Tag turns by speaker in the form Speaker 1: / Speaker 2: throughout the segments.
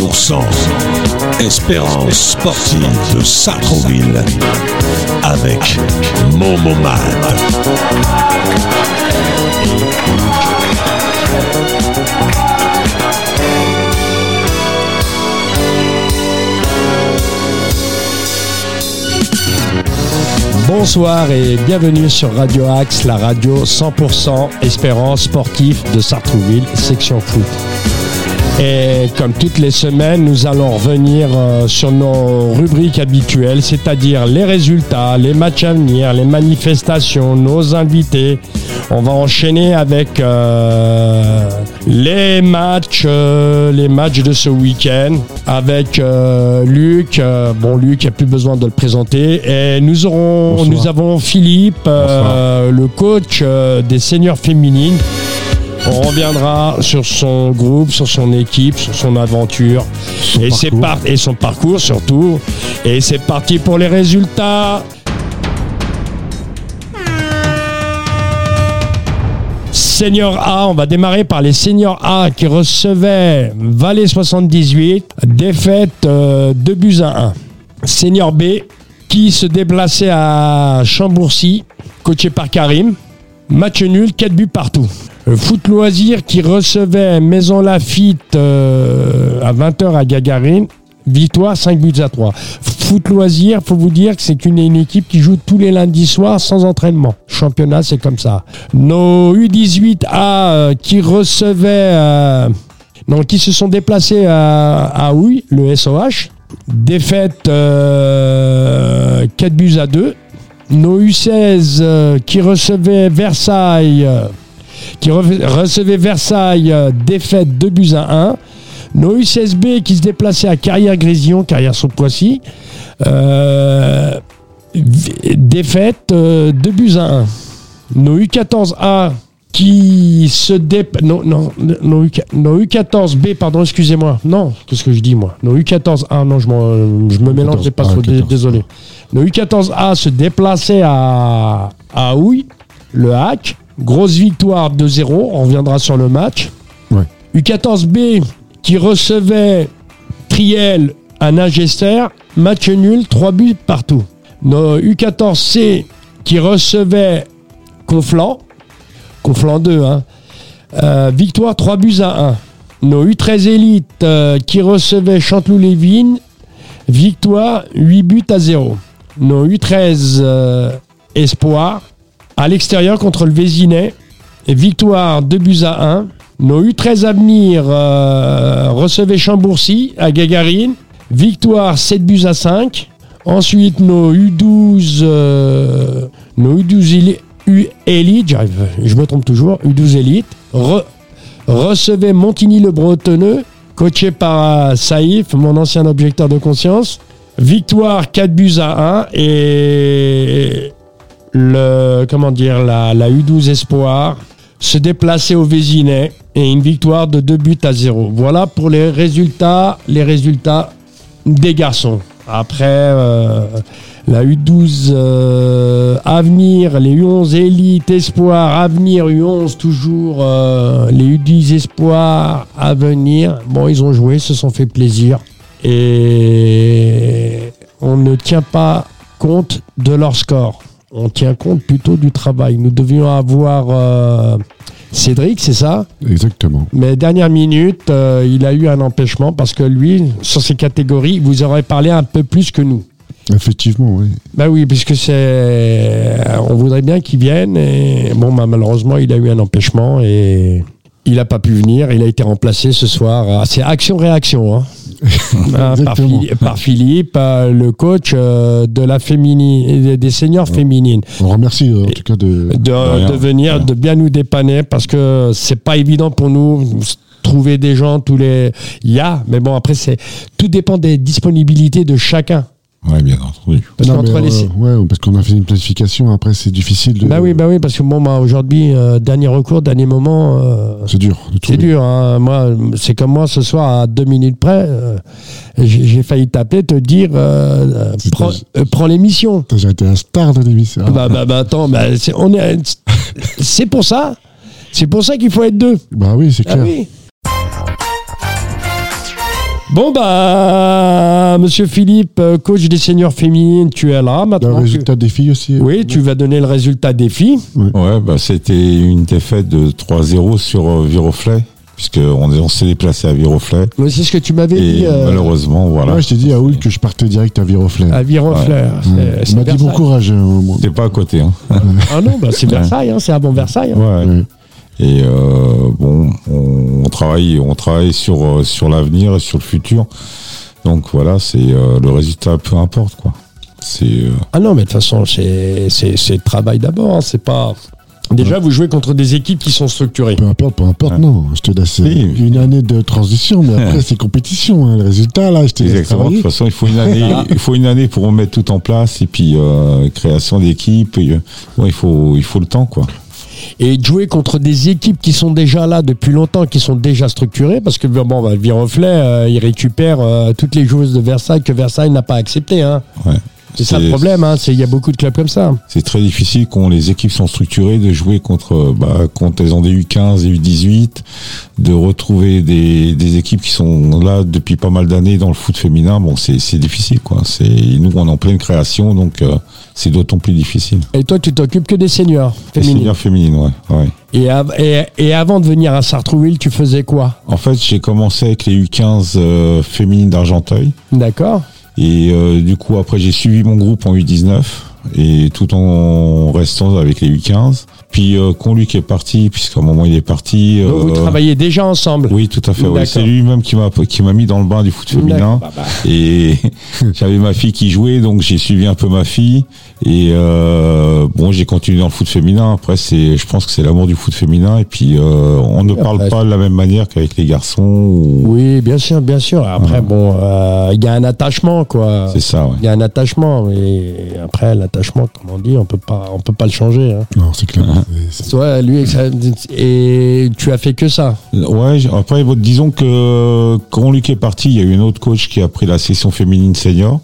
Speaker 1: 100 Espérance sportive de Sartrouville avec Momomad.
Speaker 2: Bonsoir et bienvenue sur Radio Axe, la radio 100% espérance sportif de Sartrouville, section foot. Et comme toutes les semaines, nous allons revenir euh, sur nos rubriques habituelles, c'est-à-dire les résultats, les matchs à venir, les manifestations, nos invités. On va enchaîner avec euh, les matchs, euh, les matchs de ce week-end avec euh, Luc. Euh, bon, Luc, il n'y a plus besoin de le présenter. Et nous aurons,
Speaker 3: Bonsoir.
Speaker 2: nous avons Philippe, euh, le coach euh, des seniors féminines. On reviendra sur son groupe, sur son équipe, sur son aventure et, ses
Speaker 3: parcours.
Speaker 2: par- et son parcours surtout. Et c'est parti pour les résultats. Senior A, on va démarrer par les seniors A qui recevaient Valais 78, défaite euh, 2 buts à 1. Senior B qui se déplaçait à Chambourcy, coaché par Karim, match nul, 4 buts partout. Le foot loisir qui recevait Maison Lafitte euh, à 20h à Gagarine, victoire 5 buts à 3. Foot loisir, faut vous dire que c'est une, une équipe qui joue tous les lundis soirs sans entraînement. Championnat, c'est comme ça. Nos U18A euh, qui recevaient euh, non, qui se sont déplacés à, à Houille, le SOH. Défaite euh, 4 buts à 2. Nos U16 euh, qui recevaient Versailles, euh, qui re- recevaient Versailles, euh, défaite 2 buts à 1. Nos U16B qui se déplaçaient à Carrière-Grésillon, Carrière-sur-Poissy, euh, v- euh, défaite 2 buts à 1. Nos U14A qui se dé... Non, non, nos, U... 14 b pardon, excusez-moi. Non, qu'est-ce que je dis, moi Nos U14A, non, je, m'en- je me mélange,
Speaker 3: 14A,
Speaker 2: c'est pas trop, dé-
Speaker 3: 14A.
Speaker 2: désolé. Nos U14A se déplaçaient à, à Houille, le hack. Grosse victoire 2-0, on reviendra sur le match.
Speaker 3: Ouais.
Speaker 2: U14B qui recevait Triel à Nagester, match nul, 3 buts partout. Nos U14C qui recevait Conflans, Conflans 2, hein. Euh, victoire 3 buts à 1. Nos U13 élites euh, qui recevaient Chanteloup-Lévin, victoire 8 buts à 0. Nos U13 euh, espoirs à l'extérieur contre le Vésinet, et victoire 2 buts à 1. Nos U13 Avenir euh, recevaient Chambourcy à Gagarine, victoire 7 buts à 5. Ensuite, nos U12, euh, nos U12 éli- U Elite, j'arrive, je me trompe toujours, U12 Elite, re- recevaient Montigny le Bretonneux, coaché par euh, Saïf, mon ancien objecteur de conscience. Victoire 4 buts à 1 et le comment dire la, la U12 Espoir se déplaçait au Vésinet et une victoire de 2 buts à 0. Voilà pour les résultats, les résultats des garçons. Après euh, la U12 euh, Avenir, les U11 Élite Espoir, Avenir U11 toujours euh, les U10 Espoir Avenir. Bon, ils ont joué, se sont fait plaisir et on ne tient pas compte de leur score. On tient compte plutôt du travail. Nous devions avoir euh, Cédric, c'est ça
Speaker 3: Exactement.
Speaker 2: Mais dernière minute, euh, il a eu un empêchement parce que lui, sur ses catégories, il vous aurait parlé un peu plus que nous.
Speaker 3: Effectivement, oui.
Speaker 2: Ben oui, puisque c'est. euh, On voudrait bien qu'il vienne. Et bon, bah, malheureusement, il a eu un empêchement et il n'a pas pu venir. Il a été remplacé ce soir. Ah, C'est action-réaction. Hein. Ah, par,
Speaker 3: Exactement.
Speaker 2: Philippe, par Philippe, euh, le coach euh, de la féminine, des- des seniors féminines,
Speaker 3: On remercie euh, en tout cas de.
Speaker 2: de, de venir, de bien nous dépanner parce que c'est pas évident pour nous trouver des gens tous les. Il y a, mais bon après c'est tout dépend des disponibilités de chacun.
Speaker 1: Ouais, bien entendu.
Speaker 2: Parce
Speaker 3: Non,
Speaker 2: qu'entre
Speaker 3: mais,
Speaker 2: les-
Speaker 3: euh, ouais, parce qu'on a fait une planification. Après, c'est difficile de.
Speaker 2: Bah oui, bah oui, parce que bon, bah, aujourd'hui, euh, dernier recours, dernier moment, euh,
Speaker 3: C'est dur. de
Speaker 2: c'est
Speaker 3: trouver.
Speaker 2: dur. hein. Moi, c'est comme moi ce soir à deux minutes près, euh, j'ai j'ai failli taper, te dire, euh,
Speaker 3: C'est
Speaker 2: prends,
Speaker 3: pas-
Speaker 2: euh, prends l'émission.
Speaker 3: T'as déjà été un star de hein. l'émission.
Speaker 2: Bah, bah, bah, attends, bah, c'est, on est, c'est pour ça, Ah c'est pour ça qu'il faut être deux.
Speaker 3: Bah oui, c'est
Speaker 2: Ah
Speaker 3: clair.
Speaker 2: oui. Bon, bah, monsieur Philippe, euh, coach des seniors féminines, tu es là
Speaker 3: Le
Speaker 2: maintenant. que-
Speaker 3: résultat des filles aussi.
Speaker 2: Oui, tu vas donner le résultat des filles.
Speaker 4: Ouais, bah, c'était une défaite de 3-0 sur euh, Viroflay, puisqu'on on s'est déplacé à Viroflay.
Speaker 2: Oui, c'est ce que tu m'avais
Speaker 4: Et
Speaker 2: dit euh,
Speaker 4: malheureusement, voilà.
Speaker 3: Moi, je t'ai dit à Houl que je partais direct à Viroflay.
Speaker 2: à Virofleur.
Speaker 3: Mm. Il m'a dit bon courage. hein, moi.
Speaker 4: C'était pas à côté. Hein.
Speaker 2: Ah non, bah, c'est Versailles, hein, c'est à bon Versailles. hein.
Speaker 4: Ouais.
Speaker 3: Ouais.
Speaker 4: Et euh, bon, on, on travaille, on travaille sur euh, sur l'avenir et sur le futur. Donc voilà, c'est euh, le résultat, peu importe quoi. C'est euh,
Speaker 2: Ah non, mais de toute façon, c'est c'est- c'est le travail d'abord. hein, c'est pas. Déjà, vous jouez contre des équipes qui sont structurées.
Speaker 3: Peu importe, peu importe, non. Je te laisse euh,
Speaker 4: Oui, oui.
Speaker 3: une année de transition, mais après, c'est compétition. hein. Le résultat, là, je te laisse
Speaker 4: exactement. De
Speaker 3: travailler.
Speaker 4: toute façon, il faut une année, il faut une année pour remettre tout en place et puis euh, création d'équipe. et, euh, ouais, il faut il faut le temps quoi.
Speaker 2: Et de jouer contre des équipes qui sont déjà là depuis longtemps, qui sont déjà structurées, parce que bon, bah, Viroflay, euh, il récupère euh, toutes les joueuses de Versailles que Versailles n'a pas acceptées. hein.
Speaker 4: Ouais.
Speaker 2: C'est ça le problème, hein, c'est- il y a beaucoup de clubs comme ça.
Speaker 4: C'est très difficile quand les équipes sont structurées de jouer contre, euh, bah, contre elles ont des U15 et U18, de retrouver des, des équipes qui sont là depuis pas mal d'années dans le foot féminin. Bon, c'est c'est difficile, quoi. C'est nous, on est en pleine création, donc euh, c'est d'autant plus difficile.
Speaker 2: Et toi, tu t'occupes que des seniors
Speaker 4: C'est
Speaker 2: féminines.
Speaker 4: bien féminine, ouais. ouais.
Speaker 2: Et, av- et- et avant de venir à Sartrouville, tu faisais quoi
Speaker 4: En fait, j'ai commencé avec les U15 euh, féminines d'Argenteuil.
Speaker 2: D'accord
Speaker 4: Et euh, du coup, après, j'ai suivi mon groupe en U19 et tout en restant avec les U15. Puis euh, quand Luc est parti, puisqu'à un moment il est parti.
Speaker 2: Donc vous
Speaker 4: euh,
Speaker 2: travaillez déjà ensemble
Speaker 4: Oui, tout à fait. oui.
Speaker 2: D'accord.
Speaker 4: C'est lui-même qui m'a qui m'a mis dans le bain du foot féminin.
Speaker 2: Bah,
Speaker 4: Et j'avais ma fille qui jouait, donc j'ai suivi un peu ma fille. Et euh, bon, j'ai continué dans le foot féminin. Après, c'est, je pense que c'est l'amour du foot féminin. Et puis, euh, on ne parle
Speaker 2: après,
Speaker 4: pas de la même manière qu'avec les garçons. ou-
Speaker 2: Oui, bien sûr, bien sûr. Après, bon, euh, il y a un attachement, quoi.
Speaker 4: Ah. C'est ça, ouais.
Speaker 2: Il y a un attachement, mais après, l'attachement, comme on dit, on peut pas, on peut pas le changer. hein.
Speaker 3: Non, c'est clair. C'est- c'est-
Speaker 2: Soit lui, ça- et tu as fait que ça.
Speaker 4: Ouais, j- après, bon, disons que quand Luc est parti, il y a eu un autre coach qui a pris la session féminine senior.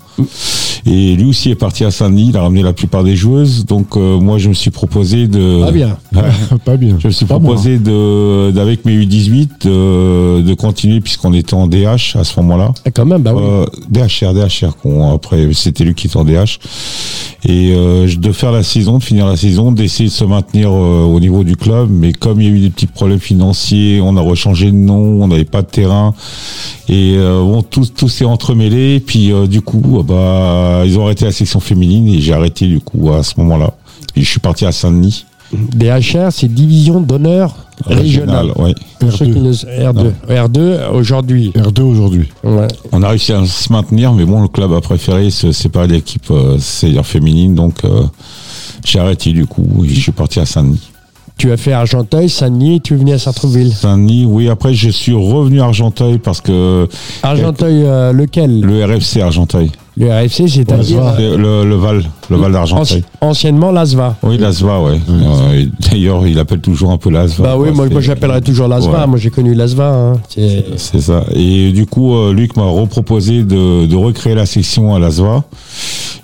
Speaker 4: Et lui aussi est parti à Saint-Denis, il a ramené la plupart des joueuses. Donc euh, moi, je me suis proposé de...
Speaker 2: Ah bien.
Speaker 3: pas bien.
Speaker 4: Je me suis
Speaker 3: Pas moi.
Speaker 4: proposé de, d'avec mes U18 de, de continuer puisqu'on était en DH à ce moment-là.
Speaker 2: Ah, Quand même, bah oui.
Speaker 4: Euh, DHR, DHR, qu'on, après c'était lui qui était en DH. Et euh, je- de faire la saison, de finir la saison, d'essayer de se maintenir euh, au niveau du club. Mais comme il y a eu des petits problèmes financiers, on a rechangé de nom, on n'avait pas de terrain. Et euh, bon, tout, tout s'est entremêlé. Puis euh, du coup, euh, bah, ils ont arrêté la section féminine et j'ai arrêté du coup à ce moment-là. Et je suis parti à Saint-Denis.
Speaker 2: DHR, c'est division d'honneur régionale.
Speaker 4: ouais.
Speaker 2: Pour ceux qui
Speaker 3: R2.
Speaker 2: ne- R2. R2 aujourd'hui.
Speaker 3: R2 aujourd'hui.
Speaker 2: Ouais.
Speaker 4: On a réussi à se maintenir, mais bon, le club a préféré se séparer de l'équipe, euh, c'est-à-dire féminine, donc euh, j'ai arrêté du coup et je suis parti à Saint-Denis.
Speaker 2: Tu as fait Argenteuil, Saint-Denis, tu venais à Sartrouville.
Speaker 4: Saint-Denis, oui, après je suis revenu à Argenteuil parce que
Speaker 2: Argenteuil, euh, lequel
Speaker 4: le RFC Argenteuil,
Speaker 2: Le RFC, c'est-à-dire euh,
Speaker 3: L'Asva.
Speaker 4: le, le- le Val, le Val
Speaker 2: anci-
Speaker 4: d'Argenteuil.
Speaker 2: anciennement l'ASVA.
Speaker 4: Oui, l'ASVA, ouais. Euh, et D'ailleurs, il appelle toujours un peu l'ASVA.
Speaker 2: Bah oui,
Speaker 4: quoi,
Speaker 2: moi,
Speaker 4: c'est-
Speaker 2: moi j'appellerais toujours l'ASVA.
Speaker 4: Ouais.
Speaker 2: Moi j'ai connu l'ASVA. hein. C'est-
Speaker 4: C'est ça. Et du coup, euh, Luc m'a reproposé de, de recréer la section à l'ASVA.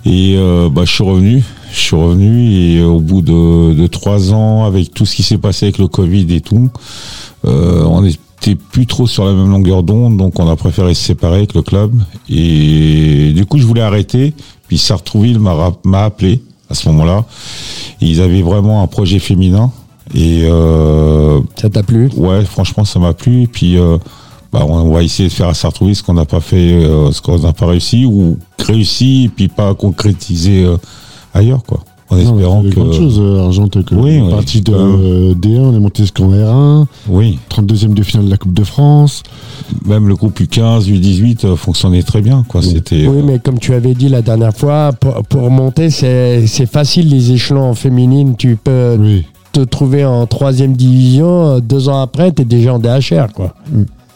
Speaker 4: Et euh, bah, je suis revenu. Je suis revenu et euh, au bout de, de trois ans, avec tout ce qui s'est passé avec le Covid et tout, euh, on n'était plus trop sur la même longueur d'onde, donc on a préféré se séparer avec le club. Et du coup, je voulais arrêter. Puis Sartrouville m'a rap- m'a appelé à ce moment-là. Ils avaient vraiment un projet féminin. Et euh,
Speaker 2: Ça t'a plu
Speaker 4: Ouais, franchement, ça m'a plu. Et puis, euh, bah, on, on va essayer de faire à Sartrouville ce qu'on n'a pas fait, euh, ce qu'on n'a pas réussi, ou réussi et puis pas concrétisé euh, ailleurs, quoi. En
Speaker 3: Non,
Speaker 4: espérant
Speaker 3: c'est une grande
Speaker 4: que.
Speaker 3: chose, euh, Argenteuil. que-
Speaker 4: Oui, oui.
Speaker 3: Parti de
Speaker 4: Euh,
Speaker 3: euh, D1, on est monté jusqu'en R1,
Speaker 4: Oui,
Speaker 3: 32e de finale de la Coupe de France.
Speaker 4: même le groupe U15, U18 euh, fonctionnait très bien, quoi. C'était. euh,
Speaker 2: Oui, mais comme tu avais dit la dernière fois, pour, pour monter, c'est c'est facile les échelons en féminine. Tu peux
Speaker 4: Mm.
Speaker 3: Oui.
Speaker 2: te trouver en troisième division. euh, Deux ans après, t'es déjà en DHR, quoi.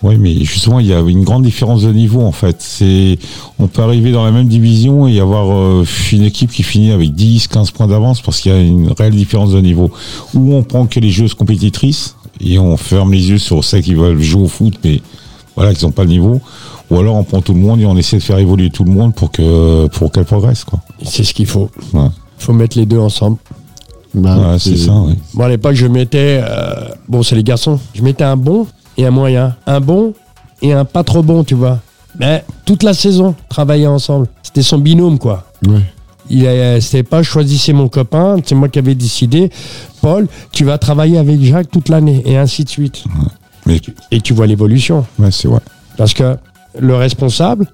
Speaker 4: Oui, mais justement, il y a une grande différence de niveau en fait. C'est, on peut arriver dans la même division et avoir euh, une équipe qui finit avec 10, 15 points d'avance parce qu'il y a une réelle différence de niveau. Ou on prend que les joueuses compétitrices et on ferme les yeux sur celles qui veulent jouer au foot, mais voilà, qu'ils n'ont pas le niveau. Ou alors on prend tout le monde et on essaie de faire évoluer tout le monde pour que pour qu'elle progresse quoi.
Speaker 2: C'est ce qu'il faut.
Speaker 4: Ouais.
Speaker 2: faut mettre les deux ensemble.
Speaker 3: Bah,
Speaker 4: Ouais, c'est ça. ouais.
Speaker 2: Moi, à l'époque, je mettais. euh, bon, c'est les garçons. Je mettais un bon et un moyen. Un bon et un pas trop bon, tu vois. Mais toute la saison, travailler ensemble. C'était son binôme, quoi.
Speaker 3: Ouais.
Speaker 2: Il a- C'était pas choisissez mon copain, c'est moi qui avais décidé. Paul, tu vas travailler avec Jacques toute l'année, et ainsi de suite.
Speaker 4: Mais-
Speaker 2: Et tu vois l'évolution.
Speaker 4: Ouais, c'est vrai.
Speaker 2: Parce que le responsable,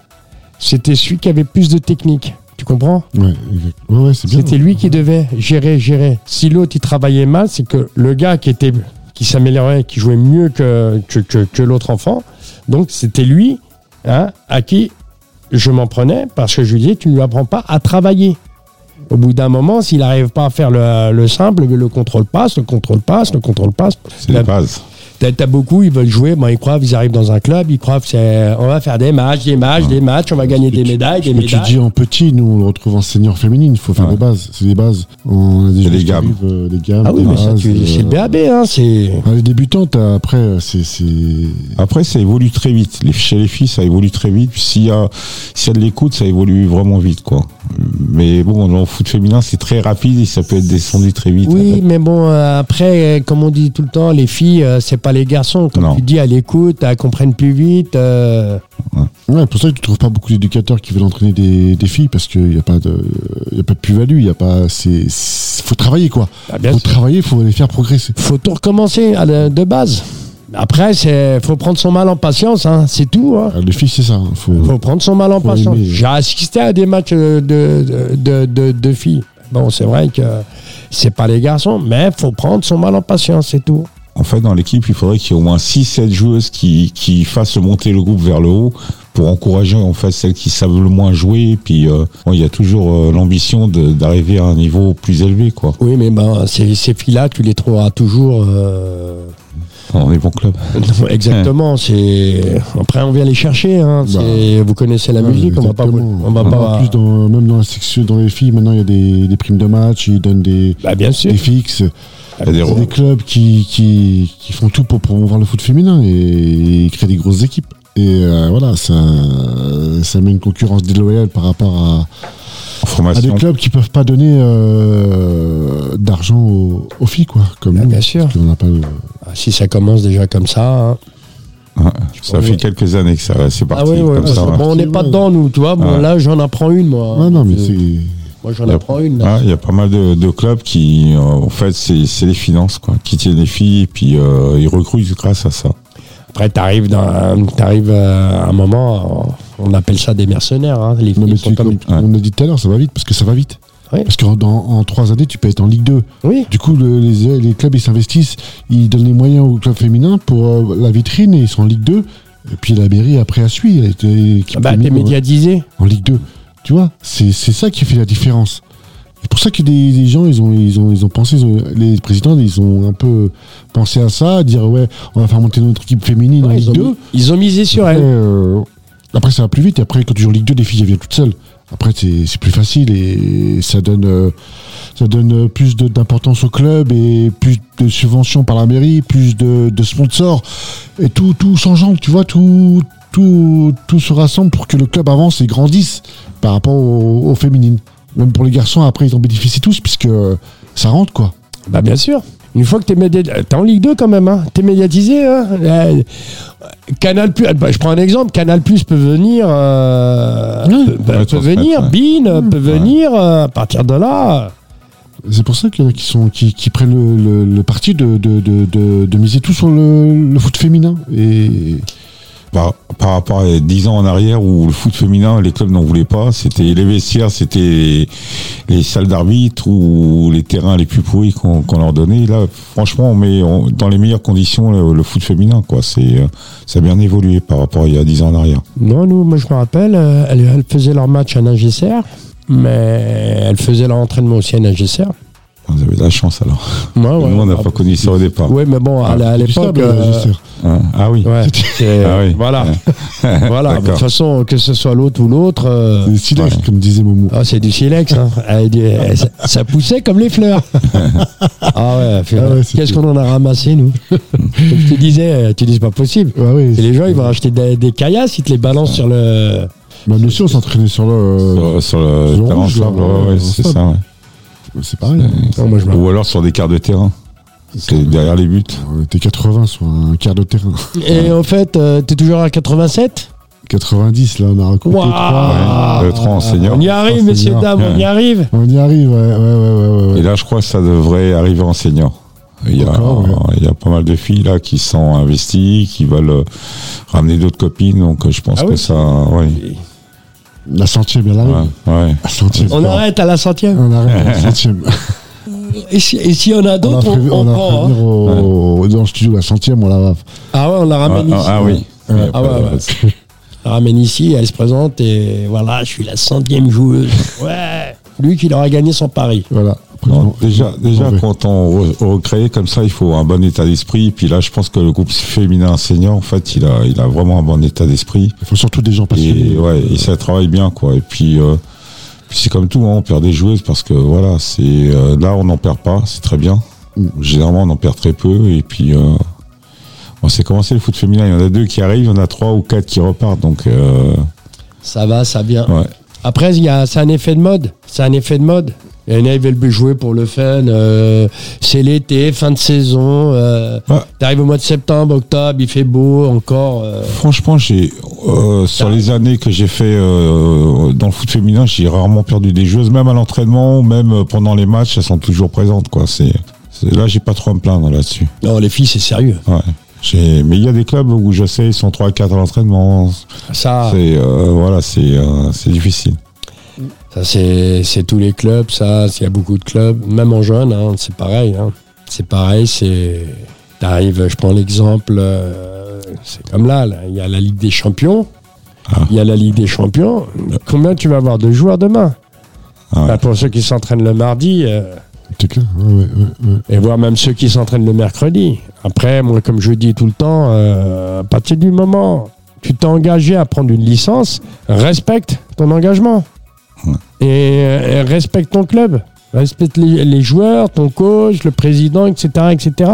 Speaker 2: c'était celui qui avait plus de technique. Tu comprends
Speaker 3: Ouais, exact. ouais, ouais, c'est bien.
Speaker 2: C'était lui qui devait gérer, gérer. Si l'autre il travaillait mal, c'est que le gars qui était qui s'améliorait, qui jouait mieux que, que, que, que l'autre enfant, donc c'était lui hein, à qui je m'en prenais parce que je lui disais tu ne lui apprends pas à travailler. Au bout d'un moment, s'il n'arrive pas à faire le, le simple, le contrôle passe, le contrôle passe, le contrôle passe.
Speaker 4: C'est
Speaker 2: La-
Speaker 4: la base.
Speaker 2: T'as t'as beaucoup, ils veulent jouer, bon, ils croient, ils arrivent dans un club, ils croient, c'est on va faire des matchs, des matchs, des matchs, on va gagner des
Speaker 3: Ah. tu-
Speaker 2: médailles, des
Speaker 3: Mais tu
Speaker 2: médailles.
Speaker 3: dis en petit, nous on le retrouve en senior féminine, il faut faire
Speaker 4: Ouais.
Speaker 3: des bases. C'est des bases. On a des
Speaker 4: Et
Speaker 3: joueuses
Speaker 4: les
Speaker 3: qui
Speaker 4: gammes.
Speaker 3: arrivent, euh, les gammes.
Speaker 2: ah oui,
Speaker 3: des
Speaker 2: mais ça,
Speaker 3: bases,
Speaker 2: tu-
Speaker 3: euh,
Speaker 2: c'est le BAB, hein, c'est.
Speaker 3: ah, les débutants, t'as- après, euh, c'est. c'est-
Speaker 4: Après, ça évolue très vite. Les, chez les filles, ça évolue très vite. Puis S'il y a, s'il y a de l'écoute, ça évolue vraiment vite, quoi. Mais bon, dans le foot féminin, c'est très rapide et ça peut être descendu très vite.
Speaker 2: Oui, mais bon, euh, après, euh, comme on dit tout le temps, les filles, euh, c'est pas les garçons. Comme
Speaker 4: Non.
Speaker 2: tu dis, elles écoutent, elles comprennent plus vite. euh,
Speaker 3: Ouais, pour ça que tu trouves pas beaucoup d'éducateurs qui veulent entraîner des, des filles parce qu'il n'y a pas de, il y a pas de plus-value, il y a pas, c'est, c'est- faut travailler quoi.
Speaker 2: Ah,
Speaker 3: faut travailler, faut les faire progresser.
Speaker 2: faut tout recommencer à la- de base. Après, c'est faut prendre son mal en patience, hein, c'est tout. Hein.
Speaker 3: Ah, Les filles, c'est ça. hein, Faut,
Speaker 2: faut prendre son mal en
Speaker 3: Faut
Speaker 2: patience.
Speaker 3: aimer.
Speaker 2: J'ai assisté à des matchs euh, de, de, de, de filles. Bon, c'est vrai que c'est pas les garçons, mais faut prendre son mal en patience, c'est tout.
Speaker 4: En fait, dans l'équipe, il faudrait qu'il y ait au moins 6-7 joueuses qui, qui fassent monter le groupe vers le haut pour encourager en fait celles qui savent le moins jouer. Et puis, euh, bon, il y a toujours euh, l'ambition de- d'arriver à un niveau plus élevé, quoi.
Speaker 2: Oui, mais ben, ces, ces filles-là, tu les trouveras toujours. euh,
Speaker 4: On est bon club.
Speaker 3: Ah,
Speaker 2: Non, Exactement, c'est après on vient les chercher. Hein. c'est- Vous connaissez la
Speaker 3: Ouais,
Speaker 2: musique, on va pas,
Speaker 3: exactement.
Speaker 2: vous- on va
Speaker 3: En
Speaker 2: pas.
Speaker 3: plus, dans, même dans la section, dans les filles, maintenant il y a des, des primes de match, ils donnent des,
Speaker 2: Bah, bien sûr.
Speaker 3: des fixes.
Speaker 4: Il y a des
Speaker 3: C'est
Speaker 4: re-
Speaker 3: des clubs qui, qui, qui font tout pour promouvoir le foot féminin et, ils créent des grosses équipes. Et euh, voilà, ça, ça met une concurrence déloyale par rapport à, à des
Speaker 4: formation.
Speaker 3: clubs qui peuvent pas donner euh, d'argent aux, aux filles, quoi, comme
Speaker 2: Bah,
Speaker 3: nous.
Speaker 2: bien sûr.
Speaker 3: Parce qu'on n'a pas le-
Speaker 2: Ah, Si ça commence déjà comme ça. hein.
Speaker 4: Ouais, Ça fait quelques années que ça, c'est
Speaker 2: Ah
Speaker 4: parti
Speaker 2: oui, ouais,
Speaker 4: comme ça.
Speaker 2: bon,
Speaker 4: hein.
Speaker 2: on n'est pas dedans nous, tu vois. Bon,
Speaker 4: Ouais.
Speaker 2: là, j'en apprends une moi.
Speaker 3: Ouais, non, mais
Speaker 2: Je-
Speaker 3: c'est.
Speaker 2: Moi, j'en apprends une. là.
Speaker 4: Ouais, Il y a pas mal de, de clubs qui, euh, en fait, c'est c'est les finances, quoi, qui tiennent les filles et puis euh, ils recrutent grâce à ça.
Speaker 2: Après, t'arrives dans, t'arrives euh, à un moment, on on appelle ça des mercenaires. Hein. Les
Speaker 3: Non, mais
Speaker 2: filles
Speaker 3: tu-
Speaker 2: sont
Speaker 3: comme
Speaker 2: comme-
Speaker 3: on a dit tout à l'heure, ça va vite, parce que ça va vite.
Speaker 2: Oui.
Speaker 3: Parce qu'en dans- en trois années, tu peux être en Ligue 2.
Speaker 2: Oui.
Speaker 3: Du coup, le- les, euh, les clubs, ils s'investissent, ils donnent les moyens aux clubs féminins pour euh, la vitrine et ils sont en Ligue 2. Et puis la mairie, après, a suivi. Elle a été équipe
Speaker 2: Bah, t'es
Speaker 3: féminine
Speaker 2: médiatisé.
Speaker 3: en, en Ligue 2. Tu vois, c'est c'est ça qui fait la différence. C'est pour ça que des, des gens, ils ont, ils ont, ils ont pensé, ils ont- les présidents, ils ont un peu pensé à ça, à dire ouais, on va faire monter notre équipe féminine en
Speaker 2: Ouais,
Speaker 3: Ligue
Speaker 2: ils,
Speaker 3: 2.
Speaker 2: ont, ils ont misé sur
Speaker 3: Après,
Speaker 2: elle.
Speaker 3: euh, après, ça va plus vite. Et après, quand tu joues en Ligue 2, les filles, elles viennent toutes seules. Après, c'est c'est plus facile et ça donne, euh, ça donne euh, plus de- d'importance au club et plus de subventions par la mairie, plus de, de sponsors. Et tout, tout s'enjambe, tu vois, tout, tout, tout se rassemble pour que le club avance et grandisse par rapport aux, aux féminines. Même pour les garçons, après, ils en bénéficient tous puisque euh, ça rentre, quoi.
Speaker 2: Bah bien sûr. Une fois que t'es médi- euh, t'es en Ligue 2 quand même, hein. t'es médiatisé. Hein. Euh, Canal Plus, bah, je prends un exemple, Canal Plus peut venir, euh,
Speaker 3: Ouais.
Speaker 2: peut,
Speaker 4: Ouais,
Speaker 2: peut
Speaker 4: transmettre,
Speaker 2: venir,
Speaker 4: ouais. Mmh.
Speaker 2: Bean euh, peut
Speaker 4: Ouais.
Speaker 2: venir. euh, à partir de là,
Speaker 3: C'est pour ça qu'il y en a qui, sont, qui, qui prennent le, le- le parti de, de, de, de, de miser tout sur le, le foot féminin. Et
Speaker 4: Par, par rapport à 10 ans en arrière où le foot féminin, les clubs n'en voulaient pas, c'était les vestiaires, c'était les, les salles d'arbitre ou les terrains les plus pourris qu'on qu'on leur donnait. Là, franchement, on met on- dans les meilleures conditions le, le foot féminin, quoi. C'est euh, ça a bien évolué par rapport à il y a 10 ans en arrière.
Speaker 2: non, nous, moi je me rappelle, euh, elles, elles faisaient leur match à Nagesser,
Speaker 4: Mmh.
Speaker 2: mais elles faisaient leur entraînement aussi à Nagesser.
Speaker 4: Vous avez de la chance alors.
Speaker 2: Moi,
Speaker 4: Nous, on n'a pas Ah, connu ça au départ.
Speaker 2: Oui, Ah, mais bon, à, la- à
Speaker 3: du
Speaker 2: l'époque.
Speaker 3: sable,
Speaker 2: euh,
Speaker 3: je sais.
Speaker 4: Hein Ah oui.
Speaker 2: ouais, c'est-
Speaker 4: Ah oui.
Speaker 2: Voilà, voilà. De toute
Speaker 4: D'accord.
Speaker 2: façon, que ce soit l'autre ou l'autre. euh,
Speaker 3: C'est silex,
Speaker 4: ouais.
Speaker 3: comme disait Momo.
Speaker 2: Ah, c'est du silex, hein. Elle dit- elle- ça, ça poussait comme les fleurs. ah ouais, fait-
Speaker 3: Ah ouais, c'est
Speaker 2: qu'est-ce
Speaker 3: cool.
Speaker 2: qu'on en a ramassé, nous Comme je te disais, euh, tu dis c'est pas possible.
Speaker 3: Ah oui,
Speaker 2: Et
Speaker 3: c'est-
Speaker 2: les gens, ils vont acheter des, des caillasses, ils te les balancent sur le.
Speaker 3: bah, nous aussi, on s'entraînait sur euh, bah, le.
Speaker 4: Sur, Euh, sur le
Speaker 3: sur
Speaker 4: terrain
Speaker 3: rouge,
Speaker 4: sable,
Speaker 3: là,
Speaker 4: ouais,
Speaker 3: euh,
Speaker 4: ouais, c'est
Speaker 3: sable.
Speaker 4: ça. ouais.
Speaker 3: C'est pareil. hein.
Speaker 2: Non, euh, moi, je me-
Speaker 4: Ou alors sur des quarts de terrain. C'est derrière les buts.
Speaker 3: On était 80 sur un quart de terrain.
Speaker 2: Et en fait, euh, t'es toujours à 87
Speaker 3: 90, là, on a raconté
Speaker 2: Waouh.
Speaker 3: trois.
Speaker 2: Ah.
Speaker 4: Ouais, le train en senior.
Speaker 2: On y arrive, messieurs,
Speaker 3: Seigneur.
Speaker 2: dames, on y arrive.
Speaker 3: On y arrive, ouais, ouais, ouais, ouais. ouais, ouais.
Speaker 4: Et là, je crois que ça devrait arriver en senior. Il y, a,
Speaker 3: D'accord, ouais.
Speaker 4: il y a pas mal de filles là qui sont investies, qui veulent euh, ramener d'autres copines, donc euh, je pense
Speaker 2: Ah
Speaker 4: que
Speaker 2: oui.
Speaker 4: ça. Ouais,
Speaker 3: La centième, elle arrive.
Speaker 4: ouais, ouais.
Speaker 3: La centième.
Speaker 2: On arrête à la centième.
Speaker 3: On arrête, la centième.
Speaker 2: Et si- et s'il y en a
Speaker 3: On a
Speaker 2: d'autres,
Speaker 3: prévu,
Speaker 2: on, on
Speaker 3: on a
Speaker 2: prend. hein.
Speaker 3: prévenir au, dans le studio la centième, on la va.
Speaker 2: Ah ouais, on la ramène
Speaker 4: Ah,
Speaker 2: ici.
Speaker 4: ah, oui. Il y a
Speaker 2: Ah
Speaker 4: pas-
Speaker 2: ouais, ouais. On la ramène ici, elle se présente et voilà, je suis la centième joueuse. Ouais. Lui qui aura gagné son pari.
Speaker 3: Voilà. Après,
Speaker 4: Non,
Speaker 3: on-
Speaker 4: déjà, déjà
Speaker 3: on va-
Speaker 4: quand on re- recrée comme ça, il faut un bon état d'esprit. Puis là, je pense que le groupe féminin senior, en fait, il a, il a vraiment un bon état d'esprit.
Speaker 3: Il faut surtout des gens passionnés.
Speaker 4: Et ouais, et ça travaille bien, quoi. Et puis, euh, puis c'est comme tout, hein, on perd des joueuses parce que voilà, c'est euh, là on n'en perd pas, c'est très bien. Généralement, on en perd très peu. Et puis, euh, on s'est commencé le foot féminin. Il y en a deux qui arrivent, il y en a trois ou quatre qui repartent. Donc, euh,
Speaker 2: Ça va, ça vient.
Speaker 4: ouais.
Speaker 2: Après, il y a- c'est un effet de mode. C'est un effet de mode. Il y en a, ils veulent plus jouer pour le fun. euh, c'est l'été, fin de saison. euh,
Speaker 4: Ouais.
Speaker 2: T'arrives au mois de septembre, octobre, il fait beau encore. euh,
Speaker 4: Franchement, j'ai euh, sur les années que j'ai fait euh, dans le foot féminin, j'ai rarement perdu des joueuses, même à l'entraînement, même euh, pendant les matchs, elles sont toujours présentes. Quoi. C'est, c'est- là, j'ai pas trop à me plaindre là-dessus.
Speaker 2: Non, les filles, c'est sérieux.
Speaker 4: Ouais. J'ai, mais il y a des clubs où je sais, ils sont 3 à 4 à l'entraînement.
Speaker 2: Ça,
Speaker 4: C'est, euh, voilà, c'est, euh, c'est difficile.
Speaker 2: ça, c'est c'est tous les clubs. Ça, il y a beaucoup de clubs, même en jeune. hein, c'est pareil. hein. C'est pareil. C'est t'arrives. Je prends l'exemple. euh, c'est comme là. là, Il y a la Ligue des Champions.
Speaker 4: Ah.
Speaker 2: Il y a la Ligue des Champions. Combien tu vas avoir de joueurs demain
Speaker 4: Ah ouais.
Speaker 2: Bah, Pour ceux qui s'entraînent le mardi. euh,
Speaker 3: C'est clair. Ouais, ouais, ouais, ouais.
Speaker 2: et voir même ceux qui s'entraînent le mercredi. Après, moi, comme je dis tout le temps, euh, à partir du moment où tu t'es engagé à prendre une licence, respecte ton engagement.
Speaker 4: Ouais.
Speaker 2: Et, euh, et respecte ton club. Respecte les, les joueurs, ton coach, le président, etc. etc.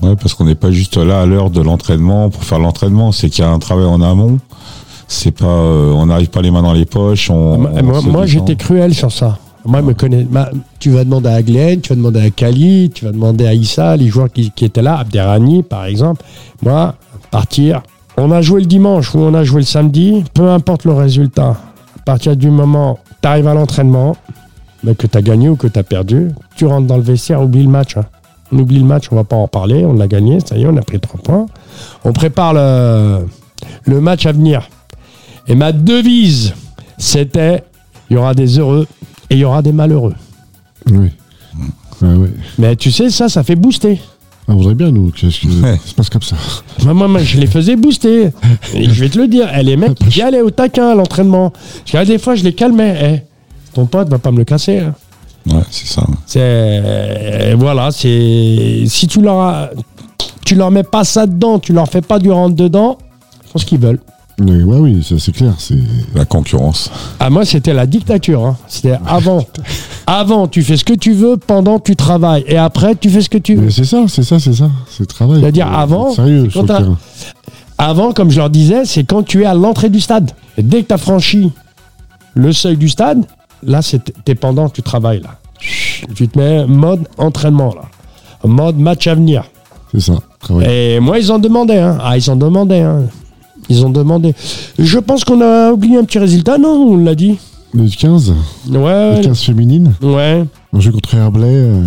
Speaker 4: Ouais, parce qu'on n'est pas juste là à l'heure de l'entraînement pour faire l'entraînement, c'est qu'il y a un travail en amont. C'est pas, euh, on n'arrive pas les mains dans les poches. On,
Speaker 2: moi,
Speaker 4: on
Speaker 2: moi,
Speaker 4: se
Speaker 2: moi,
Speaker 4: détend.
Speaker 2: j'étais cruel sur ça. Moi, je me connais. ma- tu vas demander à Glenn, tu vas demander à Kali, tu vas demander à Issa, les joueurs qui, qui étaient là, Abderrani, par exemple. Moi, partir. On a joué le dimanche ou on a joué le samedi, peu importe le résultat. À partir du moment où tu arrives à l'entraînement, mais que tu as gagné ou que tu as perdu, tu rentres dans le vestiaire, oublie le match. hein. On oublie le match, on va pas en parler, on l'a gagné, ça y est, on a pris trois points. On prépare le, le match à venir. Et ma devise, c'était il y aura des heureux et il y aura des malheureux.
Speaker 3: Oui. Ouais, ouais.
Speaker 2: Mais tu sais, ça, ça fait booster.
Speaker 3: Ah, on voudrait bien, nous, que que-
Speaker 4: Ouais.
Speaker 3: ça se passe comme ça.
Speaker 2: Moi, moi, moi, je les faisais booster. Et je vais te le dire, eh, les mecs, ils allaient au taquin à l'entraînement. Parce que là, des fois, je les calmais. Eh, ton pote va pas me le casser. hein.
Speaker 4: Ouais, c'est ça.
Speaker 2: C'est voilà, c'est si tu leur as- tu leur mets pas ça dedans, tu leur fais pas du rentre dedans, ils font ce qu'ils veulent.
Speaker 3: Mais ouais, oui, ça, c'est clair. C'est...
Speaker 4: La concurrence.
Speaker 2: Ah moi c'était la dictature, hein. c'était avant. avant tu fais ce que tu veux, pendant tu travailles et après tu fais ce que tu veux.
Speaker 3: Mais c'est ça, c'est ça, c'est ça. C'est le travail.
Speaker 2: C'est-à-dire
Speaker 3: Faut-
Speaker 2: avant,
Speaker 3: faut être Sérieux,
Speaker 2: c'est
Speaker 3: sur
Speaker 2: quand
Speaker 3: le
Speaker 2: t'as-
Speaker 3: terrain.
Speaker 2: Avant, comme je leur disais, c'est quand tu es à l'entrée du stade. Et dès que tu as franchi le seuil du stade, là, c'est t'es pendant, tu travailles là. Chut, Tu te mets mode entraînement là, mode match à venir.
Speaker 3: C'est ça. Travail.
Speaker 2: Et moi, ils en demandaient. Hein. Ah, ils en demandaient. Hein. Ils ont demandé. Je pense qu'on a oublié un petit résultat, non On l'a dit.
Speaker 3: Le 15,
Speaker 2: Ouais,
Speaker 3: le 15 féminine.
Speaker 2: ouais.
Speaker 3: On joue contre Herblay. euh,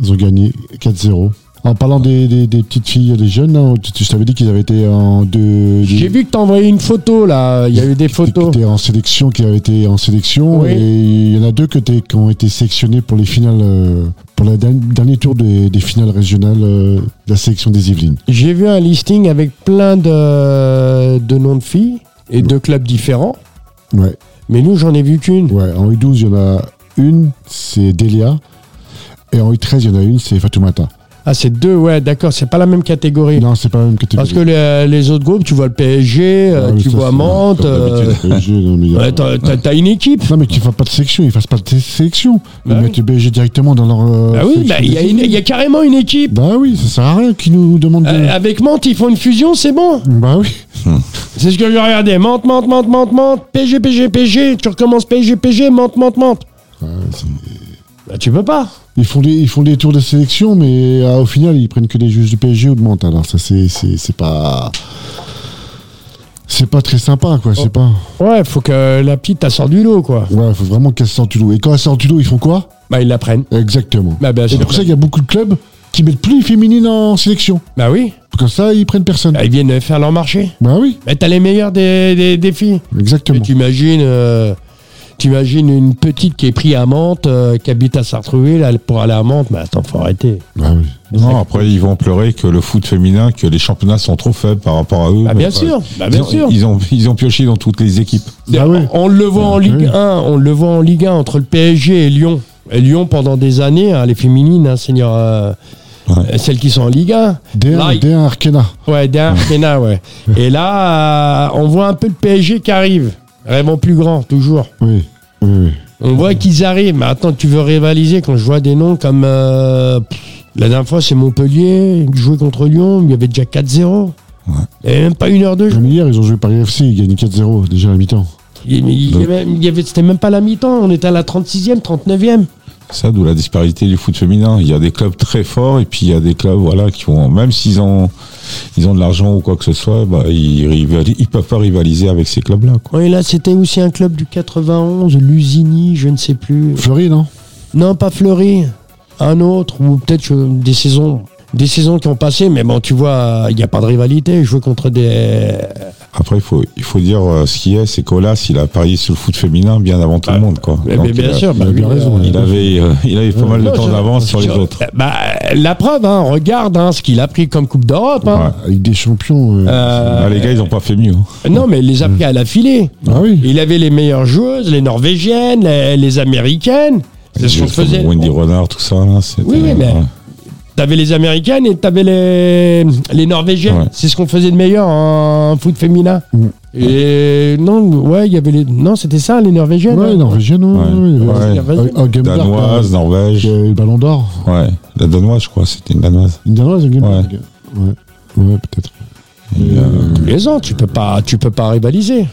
Speaker 3: ils ont gagné 4-0. En parlant des, des, des petites filles, des jeunes, là, tu, tu- je t'avais dit qu'ils avaient été en deux.
Speaker 2: J'ai vu que t'as envoyé une photo là. Il y a eu des photos.
Speaker 3: Qui étaient en sélection, qui avaient été en sélection.
Speaker 2: Oui.
Speaker 3: Et il y en a deux que t'es- qui ont été sélectionnés pour les finales, euh, pour le dernier tour des, des finales régionales euh, de la sélection des Yvelines.
Speaker 2: J'ai vu un listing avec plein de, de noms de filles et de clubs différents.
Speaker 3: Ouais.
Speaker 2: Mais nous, j'en ai vu qu'une.
Speaker 3: Ouais, en U12, il y en a une, c'est Delia. Et en U13, il y en a une, c'est Fatoumata.
Speaker 2: Ah, c'est deux, ouais, d'accord. C'est pas la même catégorie.
Speaker 3: Non, c'est pas la même catégorie.
Speaker 2: Parce que les, euh, les autres groupes, tu vois le PSG, euh,
Speaker 3: Ah, mais
Speaker 2: tu
Speaker 3: ça,
Speaker 2: vois
Speaker 3: c'est-
Speaker 2: Mantes.
Speaker 3: comme
Speaker 2: euh,
Speaker 3: d'habitude, PSG, non, mais il y a-
Speaker 2: ouais, t'as- T'as t'as une équipe.
Speaker 3: Non, mais qu'ils fassent pas de sélection, ils fassent pas de sé- sélection. Ils
Speaker 2: Bah
Speaker 3: mettent le PSG directement dans leur. euh,
Speaker 2: Ah oui,
Speaker 3: sélection
Speaker 2: bah, il y, a
Speaker 3: des
Speaker 2: une- il y a
Speaker 3: filles.
Speaker 2: carrément une équipe.
Speaker 3: Bah oui, ça sert à rien qu'ils nous demandent. de-
Speaker 2: Euh, avec Mantes, ils font une fusion, c'est bon.
Speaker 3: Bah oui.
Speaker 2: C'est ce que je regardais. Mantes, Mantes, Mantes, Mantes, Mantes, PG, PG, PG. Tu recommences PG, PG, Mantes, Mantes, Mantes. Bah, tu peux pas.
Speaker 3: Ils font, des, ils font des tours de sélection, mais ah, au final, ils prennent que les juges du PSG ou de Mantes. Alors, ça, c'est- c'est c'est pas. C'est pas très sympa, quoi. C'est pas.
Speaker 2: Ouais, faut que la petite elle sorte du lot, quoi.
Speaker 3: Ouais, faut vraiment qu'elle sorte du lot. Et quand elle sort du lot, ils font quoi
Speaker 2: Bah, ils la prennent.
Speaker 3: Exactement.
Speaker 2: Bah, bien
Speaker 3: C'est
Speaker 2: sûr.
Speaker 3: pour ça qu'il y a beaucoup de clubs qui mettent plus les féminines en sélection.
Speaker 2: Bah oui,
Speaker 3: Comme ça, ils prennent personne.
Speaker 2: Bah, ils viennent faire leur marché.
Speaker 3: Bah oui,
Speaker 2: Mais t'as les meilleurs des, des, des filles.
Speaker 3: exactement.
Speaker 2: Mais T'imagines euh, t'imagines une petite qui est prise à Mantes, euh, qui habite à Sartrouville, elle pour aller à Mantes, mais attends, faut arrêter.
Speaker 3: Bah oui.
Speaker 4: Non, après, ils vont pleurer que le foot féminin, que les championnats sont trop faibles par rapport à eux.
Speaker 2: Bah,
Speaker 4: mais
Speaker 2: bien
Speaker 4: pas-
Speaker 2: sûr, bah,
Speaker 4: Ils
Speaker 2: bien
Speaker 4: ont-
Speaker 2: sûr.
Speaker 4: Ils ont, ils ont pioché dans toutes les équipes.
Speaker 3: Bah ouais.
Speaker 2: On le voit en
Speaker 3: Ah
Speaker 2: Ligue
Speaker 3: oui.
Speaker 2: 1, on le voit en Ligue 1 entre le PSG et Lyon. Et Lyon pendant des années, hein, les féminines, hein, seigneur, euh,
Speaker 4: Ouais.
Speaker 2: euh, celles qui sont en Ligue 1.
Speaker 3: D1,
Speaker 2: Like.
Speaker 3: D1 Arkena.
Speaker 2: Ouais, derrière Fena, ouais. Et là, euh, on voit un peu le PSG qui arrive. Rêvons plus grand, toujours.
Speaker 3: Oui. Oui, oui.
Speaker 2: On voit qu'ils arrivent. Mais attends, tu veux rivaliser quand je vois des noms comme. euh, pff, la dernière fois, c'est Montpellier, jouer contre Lyon, il y avait déjà 4-0.
Speaker 4: Ouais.
Speaker 2: Il n'y avait même pas une heure de jeu.
Speaker 3: Comme hier, ils ont joué Paris FC, ils gagnent 4-0 déjà à la mi-temps.
Speaker 2: Il- il- il y avait- il y avait- C'était même pas la mi-temps, on était à la 36e, 39e.
Speaker 4: Ça, d'où la disparité du foot féminin. Il y a des clubs très forts et puis il y a des clubs, voilà, qui ont, même s'ils ont, ils ont de l'argent ou quoi que ce soit, bah, ils, rivali- ils peuvent pas rivaliser avec ces clubs-là, quoi.
Speaker 2: Oui, là, c'était aussi un club du 91, Lusigny, je ne sais plus.
Speaker 3: Fleury, non
Speaker 2: Non, pas Fleury. Un autre, ou peut-être euh, des saisons. Des saisons qui ont passé, mais bon, tu vois, il n'y a pas de rivalité. Jouer contre des.
Speaker 4: Après, il faut, il faut dire euh, ce qui est, c'est qu'Olas, il a parié sur le foot féminin bien avant tout le monde, quoi.
Speaker 2: Mais,
Speaker 4: Donc,
Speaker 2: mais bien
Speaker 4: il a-
Speaker 2: sûr, bah,
Speaker 3: il a bien
Speaker 2: lui,
Speaker 3: raison,
Speaker 2: euh,
Speaker 4: Il avait, euh, il avait pas mal de
Speaker 2: Non,
Speaker 4: temps
Speaker 2: je-
Speaker 4: d'avance sur les
Speaker 2: je-
Speaker 4: autres.
Speaker 2: Bah, la preuve, hein, regarde hein, ce qu'il a pris comme Coupe d'Europe. hein.
Speaker 3: Avec des champions. euh,
Speaker 2: Euh,
Speaker 4: Ah, les gars, ils ont pas fait mieux. hein.
Speaker 2: non, mais il les a pris à la filée.
Speaker 3: Ah oui.
Speaker 2: Il avait les meilleures joueuses, les norvégiennes, les, les américaines. C'est ce qu'on
Speaker 4: Juste comme
Speaker 2: faisait.
Speaker 4: Wendy Renard, tout ça. là, c'était- euh,
Speaker 2: Oui, oui, mais-
Speaker 4: ouais.
Speaker 2: T'avais les américaines et t'avais les, les norvégiennes.
Speaker 4: Ouais.
Speaker 2: C'est ce qu'on faisait de meilleur en foot féminin.
Speaker 3: Mm.
Speaker 2: Et non, ouais, il y avait les. Non, c'était ça, les norvégiennes.
Speaker 3: Ouais,
Speaker 2: hein.
Speaker 3: norvégienne, ouais.
Speaker 4: Ouais.
Speaker 3: ouais, il y avait-
Speaker 4: Ouais.
Speaker 2: Norvégienne.
Speaker 3: Ah, ah, Gemberg,
Speaker 4: Danoise,
Speaker 3: euh,
Speaker 4: Norvège.
Speaker 3: qui a eu le ballon d'or.
Speaker 4: Ouais. La Danoise, je crois, c'était une Danoise.
Speaker 3: Une Danoise, une Gemberg. Ouais. Ouais, peut-être.
Speaker 4: Et, euh,
Speaker 2: Tous les ans, tu peux pas, tu peux pas rivaliser.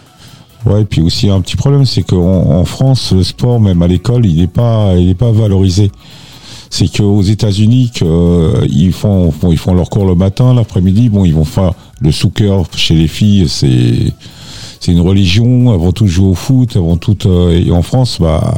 Speaker 4: Ouais, et puis aussi un petit problème, c'est qu'en en France, le sport, même à l'école, il n'est pas, il est pas valorisé. C'est qu'aux États-Unis, que, euh, ils font, font- ils font leur cours le matin, l'après-midi, bon, ils vont faire le soccer chez les filles, c'est, c'est une religion. Elles vont toutes jouer au foot, elles vont toutes. euh, et en France, bah,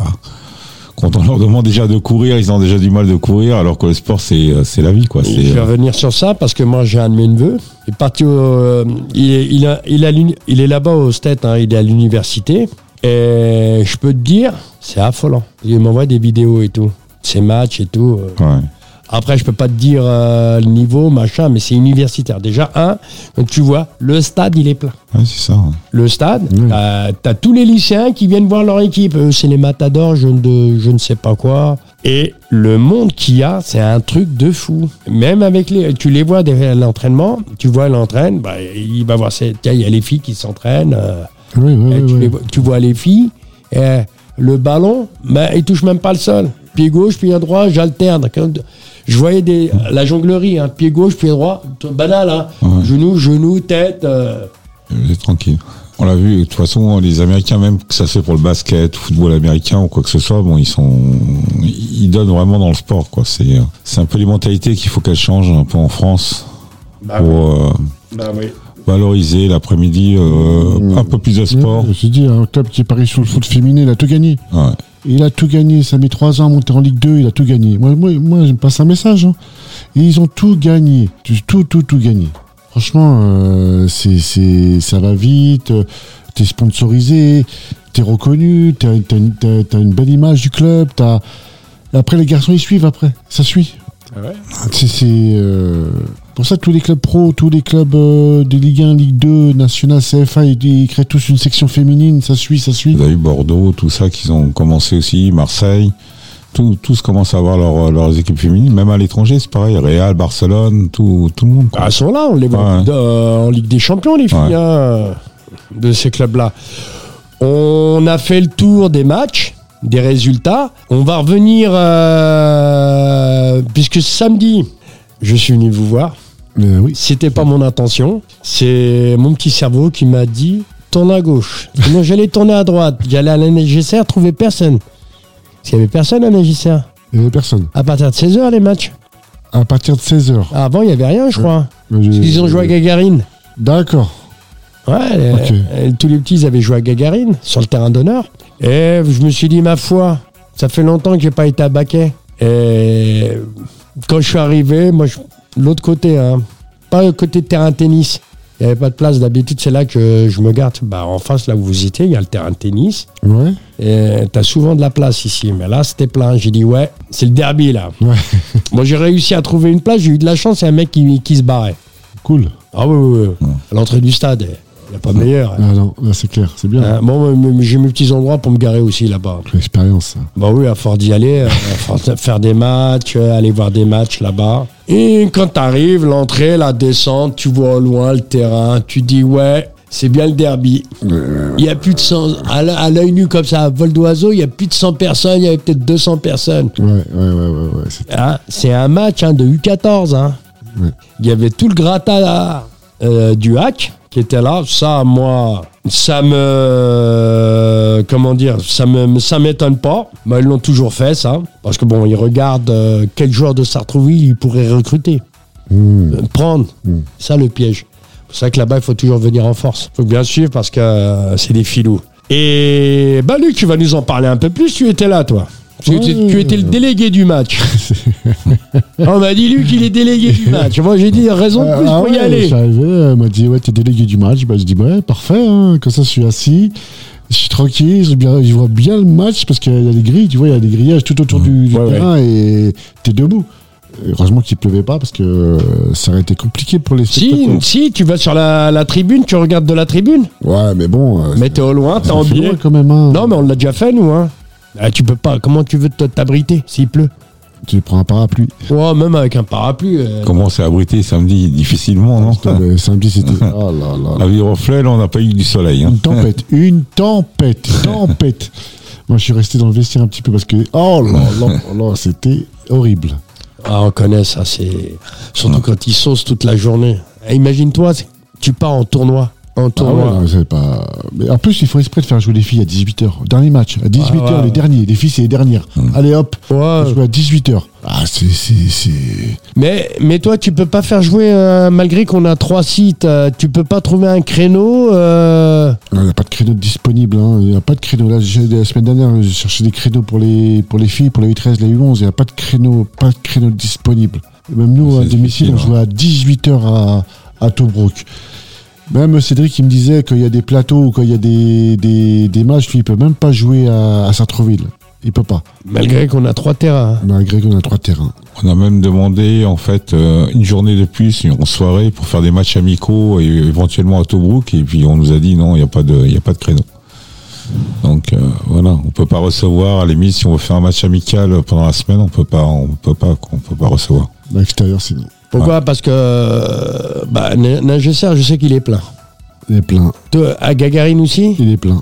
Speaker 4: quand on leur demande déjà de courir, ils ont déjà du mal de courir, alors que le sport, c'est, euh, c'est la vie, quoi.
Speaker 2: Je
Speaker 4: C'est,
Speaker 2: vais revenir sur ça parce que moi, j'ai un de mes neveux. Il est parti au- euh, il est, il a- il a l'uni- il est là-bas au State, hein, il est à l'université. Et je peux te dire, c'est affolant. Il m'envoie des vidéos et tout. Ses matchs et tout. euh,
Speaker 4: ouais.
Speaker 2: Après, je peux pas te dire euh, le niveau, machin, mais c'est universitaire. Déjà, un, donc tu vois, le stade, il est plein.
Speaker 4: Ouais, c'est ça. hein. ouais.
Speaker 2: Le stade,
Speaker 3: Oui.
Speaker 2: t'as t'as tous les lycéens qui viennent voir leur équipe. Eux, c'est les matadors, je, ne- de, je ne sais pas quoi. Et le monde qu'il y a, c'est un truc de fou. Même avec les. Tu les vois derrière l'entraînement, tu vois l'entraîne, bah, il va voir. ses- Tiens, il y a les filles qui s'entraînent. euh,
Speaker 3: Oui,
Speaker 2: eh,
Speaker 3: oui,
Speaker 2: tu, les
Speaker 3: oui.
Speaker 2: vois, tu vois les filles, eh, le ballon, ben, il touche même pas le sol. Pied gauche, pied droit, j'alterne. Quand Je voyais des, la jonglerie, hein, pied gauche, pied droit, tout banal. Hein.
Speaker 4: Ouais.
Speaker 2: Genou, genou, tête. euh,
Speaker 4: Vous êtes tranquille. On l'a vu, de toute façon, les Américains, même que ça soit pour le basket, football américain ou quoi que ce soit, bon, ils sont, ils donnent vraiment dans le sport, quoi. C'est, euh, c'est un peu les mentalités qu'il faut qu'elles changent un peu en France
Speaker 2: bah,
Speaker 4: pour euh,
Speaker 2: oui.
Speaker 4: valoriser l'après-midi euh,
Speaker 3: Mmh.
Speaker 4: un peu plus de sport.
Speaker 3: Je me suis dit, un club qui parie sur le foot féminin, il a tout gagné.
Speaker 4: Ouais.
Speaker 3: Il a tout gagné. Ça met trois ans à monter en Ligue 2. Il a tout gagné. Moi, moi, moi je me passe un message. hein. Et ils ont tout gagné. Tout, tout, tout, tout gagné. Franchement, euh, c'est, c'est, ça va vite. euh, T'es sponsorisé. T'es reconnu. T'as, t'as une, t'as- t'as une belle image du club. T'as... Après, les garçons, ils suivent après. Ça suit. C'est, c'est, euh, pour ça que tous les clubs pro, tous les clubs euh, de Ligue 1, Ligue 2, National, CFA, ils, ils créent tous une section féminine. Ça suit, ça suit.
Speaker 4: Vous avez eu Bordeaux, tout ça, qu'ils ont commencé aussi, Marseille. Tout, tous commencent à avoir leur- euh, leurs équipes féminines, même à l'étranger, c'est pareil. Real, Barcelone, tout, tout le monde. quoi.
Speaker 2: Bah, elles sont là, on les voit
Speaker 4: Ouais.
Speaker 2: de- en Ligue des Champions, les filles,
Speaker 4: Ouais.
Speaker 2: hein, de ces clubs-là. On a fait le tour des matchs, des résultats. On va revenir, euh, puisque samedi, je suis venu vous voir.
Speaker 3: Euh, oui.
Speaker 2: C'était pas mon intention. C'est mon petit cerveau qui m'a dit tourne à gauche. Sinon, j'allais tourner à droite. J'allais à la NGCR, trouver personne. Parce qu'il n'y avait personne à la NGCR.
Speaker 3: Il n'y avait personne.
Speaker 2: À partir de 16h, les matchs.
Speaker 3: À partir de 16h.
Speaker 2: Avant, il n'y avait rien, je crois. Ils ont joué à Gagarine.
Speaker 3: D'accord.
Speaker 2: Ouais, euh,
Speaker 3: Ok.
Speaker 2: euh, tous les petits ils avaient joué à Gagarine sur le terrain d'honneur. Et je me suis dit, ma foi, ça fait longtemps que j'ai pas été à Baquet. Et quand je suis arrivé, moi, je- l'autre côté, hein, pas le côté de terrain de tennis. Il n'y avait pas de place. D'habitude, c'est là que je me garde. Bah, en face, là où vous étiez, il y a le terrain de tennis.
Speaker 3: Ouais.
Speaker 2: Et t'as souvent de la place ici. Mais là, c'était plein. J'ai dit, ouais, c'est le derby, là.
Speaker 3: Ouais.
Speaker 2: Moi, j'ai réussi à trouver une place. J'ai eu de la chance. C'est un mec qui, qui se barrait.
Speaker 3: Cool.
Speaker 2: Ah oui, oui, oui. À l'entrée du stade, il n'y a pas meilleur. hein.
Speaker 3: Ah non, là, c'est clair, c'est bien.
Speaker 2: Hein, bon, mais- mais j'ai mes petits endroits pour me garer aussi là-bas.
Speaker 3: L'expérience. hein. ça.
Speaker 2: Bah oui, à force d'y aller, euh, à force de faire des matchs, euh, aller voir des matchs là-bas. Et quand t'arrives, l'entrée, la descente, tu vois au loin le terrain, tu dis ouais, c'est bien le derby. Il y a plus de 100, à l'œ- à l'œil nu comme ça, à vol d'oiseau, il y a plus de 100 personnes, il y avait peut-être 200 personnes.
Speaker 3: Ouais, ouais, ouais, ouais. ouais. c'est-
Speaker 2: Hein, c'est un match hein, de U14. hein.
Speaker 3: Ouais.
Speaker 2: Il y avait tout le grattat euh, du hack qui était là. Ça, moi, ça me. Comment dire Ça me, ça m'étonne pas. Mais ils l'ont toujours fait, ça. Parce que bon, ils regardent euh, quel joueur de Sartrouville ils pourraient recruter,
Speaker 3: Mmh.
Speaker 2: euh, prendre. Ça, le piège. C'est vrai que là-bas, il faut toujours venir en force. faut bien suivre parce que euh, c'est des filous. Et bah, Luc, tu vas nous en parler un peu plus. Tu étais là, toi. Tu étais- tu étais le délégué du match. On m'a dit Luc, il est délégué du match. Moi, j'ai dit raison de plus
Speaker 3: Ah
Speaker 2: pour y
Speaker 3: ouais, Je
Speaker 2: aller.
Speaker 3: suis arrivé, elle m'a dit Ouais, t'es délégué du match. Bah, je dis Ouais, parfait, hein. comme ça, je suis assis. Je suis tranquille, je, bien- je vois bien le match parce qu'il y a des grilles, tu vois, il y a des grillages tout autour du, du
Speaker 2: Ouais,
Speaker 3: terrain et t'es debout. Et Heureusement qu'il pleuvait pas parce que euh, ça aurait été compliqué pour les
Speaker 2: Si,
Speaker 3: spectateurs.
Speaker 2: si, tu vas sur la, la tribune, tu regardes de la tribune.
Speaker 3: Ouais, mais bon. euh,
Speaker 2: Mais t'es au loin, t'es
Speaker 3: ça
Speaker 2: en
Speaker 3: fait
Speaker 2: biais.
Speaker 3: loin quand même. hein.
Speaker 2: Non, mais on l'a déjà fait, nous. Hein. Ah, tu peux pas. Comment tu veux te- t'abriter s'il pleut
Speaker 3: Tu prends un parapluie.
Speaker 2: Ouais, même avec un parapluie. euh,
Speaker 4: Comment c'est abrité samedi Difficilement, non
Speaker 3: Putain, le samedi, c'était. Oh là là là.
Speaker 4: La vie reflet, là, on n'a pas eu du soleil. Hein.
Speaker 3: Une tempête, une tempête, tempête. Moi, je suis resté dans le vestiaire un petit peu parce que. Oh là là, oh là, c'était horrible.
Speaker 2: Ah, on connaît ça. C'est surtout quand ils saucent toute la journée. Eh, Imagine-toi, c'est- tu pars en tournoi, en
Speaker 3: Ah
Speaker 2: tournoi.
Speaker 3: ouais, c'est pas... mais en plus, il faut exprès de faire jouer les filles à 18h. Dernier match, à 18h,
Speaker 2: Ah ouais.
Speaker 3: les derniers. Les filles, c'est les dernières. Allez hop, on
Speaker 2: Ouais.
Speaker 3: joue à 18h. Mm. Ah, c'est. c'est- c'est-
Speaker 2: Mais, mais toi, tu peux pas faire jouer, euh, malgré qu'on a trois sites, euh, tu peux pas trouver un créneau. euh,
Speaker 3: Il n'y a pas de créneau disponible. hein. Il n'y a pas de créneau. Là, j'ai- la semaine dernière, j'ai cherché des créneaux pour les, pour les filles, pour la U13, la U11. Il n'y a pas de créneau, pas de créneau disponible. Et même nous,
Speaker 4: C'est
Speaker 3: à domicile, on
Speaker 4: difficile,
Speaker 3: jouait à 18h à, à Tobruk. Même Cédric, il me disait qu'il y a des plateaux ou qu'il y a des, des, des matchs, lui, il peut même pas jouer à, à Sartreville. Il peut pas.
Speaker 2: Malgré qu'on a trois terrains. hein.
Speaker 3: Malgré qu'on a trois terrains.
Speaker 4: On a même demandé, en fait, euh, une journée de plus, une soirée, pour faire des matchs amicaux et éventuellement à Tobruk. Et puis, on nous a dit non, il n'y a, pas de- il y a pas de créneau. Donc, euh, voilà, on peut pas recevoir. À la limite, si on veut faire un match amical pendant la semaine, on peut pas, on peut pas, quoi, on peut pas recevoir.
Speaker 3: À l'extérieur, c'est non.
Speaker 2: Pourquoi Parce que euh, bah, N- Ningesser, je sais qu'il est plein.
Speaker 3: Il est plein.
Speaker 2: Toi, à Gagarine aussi,
Speaker 3: Il est plein.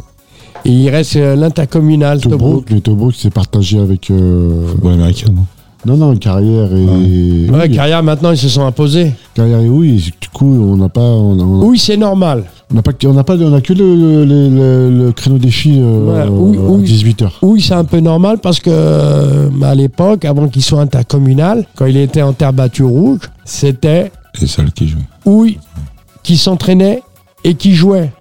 Speaker 2: et il reste euh, l'intercommunal Tobruk.
Speaker 3: Tobruk, le Tobruk, c'est partagé avec. euh,
Speaker 4: Football américain, non
Speaker 3: Non, non, Carrière et.
Speaker 2: Ouais,
Speaker 3: Oui,
Speaker 2: carrière, maintenant, ils se sont imposés.
Speaker 3: Carrière et oui. et Du coup, on n'a pas. On a- on a-
Speaker 2: Oui, c'est normal.
Speaker 3: on n'a pas, que- on n'a pas, on a que le, le- le- le créneau des filles euh,
Speaker 2: Ouais, oui,
Speaker 3: à
Speaker 2: oui.
Speaker 3: 18h.
Speaker 2: Oui, c'est un peu normal parce que euh, à l'époque, avant qu'il soit intercommunal, quand il était en terre battue rouge, c'était
Speaker 4: C'est celle qui joue.
Speaker 2: Oui, qui s'entraînait et qui jouait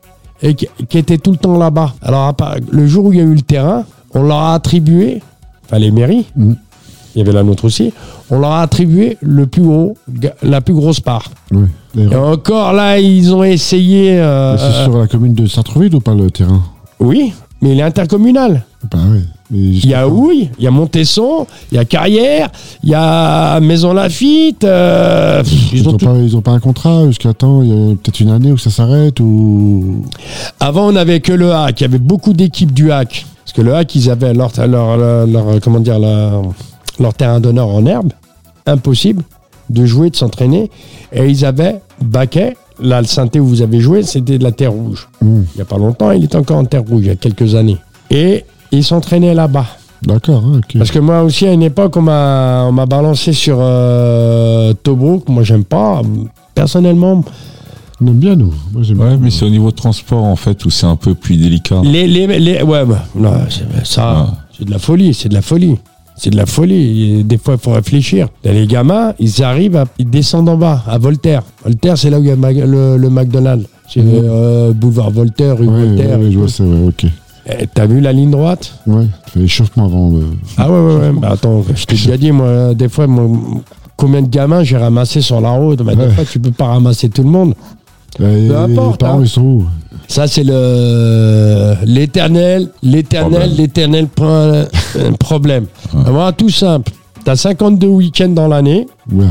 Speaker 2: et qui, qui était tout le temps là-bas. Alors à part- le jour où il y a eu le terrain, on leur a attribué, enfin les mairies,
Speaker 3: Mhm.
Speaker 2: il y avait la nôtre aussi, on leur a attribué le plus gros, ga- la plus grosse part.
Speaker 3: Oui.
Speaker 2: Et encore là, ils ont essayé. euh,
Speaker 3: Mm. Mais C'est
Speaker 2: euh,
Speaker 3: sur la commune de Sartreville ou pas le terrain
Speaker 2: oui, mais il est intercommunal.
Speaker 3: Bah oui. Mais je-
Speaker 2: Il y a Houille, il y a Montesson, il y a Carrière, il y a Maison Lafitte. euh, pff,
Speaker 3: Ils
Speaker 2: ils ont
Speaker 3: n'ont
Speaker 2: tout-
Speaker 3: pas, ils ont pas un contrat jusqu'à temps, il y a peut-être une année où ça s'arrête ou.
Speaker 2: Avant, on n'avait que le hack. Il y avait beaucoup d'équipes du hack. Parce que le hack, ils avaient leur, leur, leur- leur- comment dire, leur, leur terrain d'honneur en herbe. Impossible de jouer, de s'entraîner. Et ils avaient Baquet. Là, le synthé où vous avez joué, c'était de la terre rouge.
Speaker 3: Mmh.
Speaker 2: Il n'y a pas longtemps, il est encore en terre rouge, il y a quelques années. Et ils s'entraînaient là-bas.
Speaker 3: D'accord, hein, ok.
Speaker 2: Parce que moi aussi, à une époque, on m'a on m'a balancé sur euh, Tobruk. Moi, j'aime pas. Personnellement,
Speaker 3: On aime bien nous. Moi j'aime
Speaker 4: Ouais,
Speaker 3: bien.
Speaker 4: mais c'est au niveau de transport, en fait, où c'est un peu plus délicat.
Speaker 2: Les, les, les- ouais, bah, non, c'est- ça,
Speaker 4: Ah.
Speaker 2: c'est de la folie, c'est de la folie. C'est de la folie. Et Des fois, il faut réfléchir. Là, les gamins, ils arrivent, à- ils descendent en bas, à Voltaire. Voltaire, c'est là où il y a Mac- le, le McDonald's. C'est
Speaker 3: Mhm.
Speaker 2: euh, boulevard Voltaire, rue
Speaker 3: Ouais, ouais,
Speaker 2: Voltaire.
Speaker 3: ouais, je vois ça, ouais, ok.
Speaker 2: Eh, T'as vu la ligne droite
Speaker 3: Ouais, fais l'échauffement avant le.
Speaker 2: Ah ouais, ouais, ouais. Bah, attends, je t'ai déjà dit, moi, des fois, moi, combien de gamins j'ai ramassé sur la route bah, Des
Speaker 3: Ouais.
Speaker 2: fois, tu peux pas ramasser tout le monde.
Speaker 3: Euh,
Speaker 2: importe,
Speaker 3: les parents,
Speaker 2: hein.
Speaker 3: ils sont où
Speaker 2: Ça, c'est le l'éternel, l'éternel,
Speaker 4: Problème.
Speaker 2: l'éternel pro- euh, problème. Ah, Voilà, tout simple. T'as 52 week-ends dans l'année.
Speaker 3: Ouais,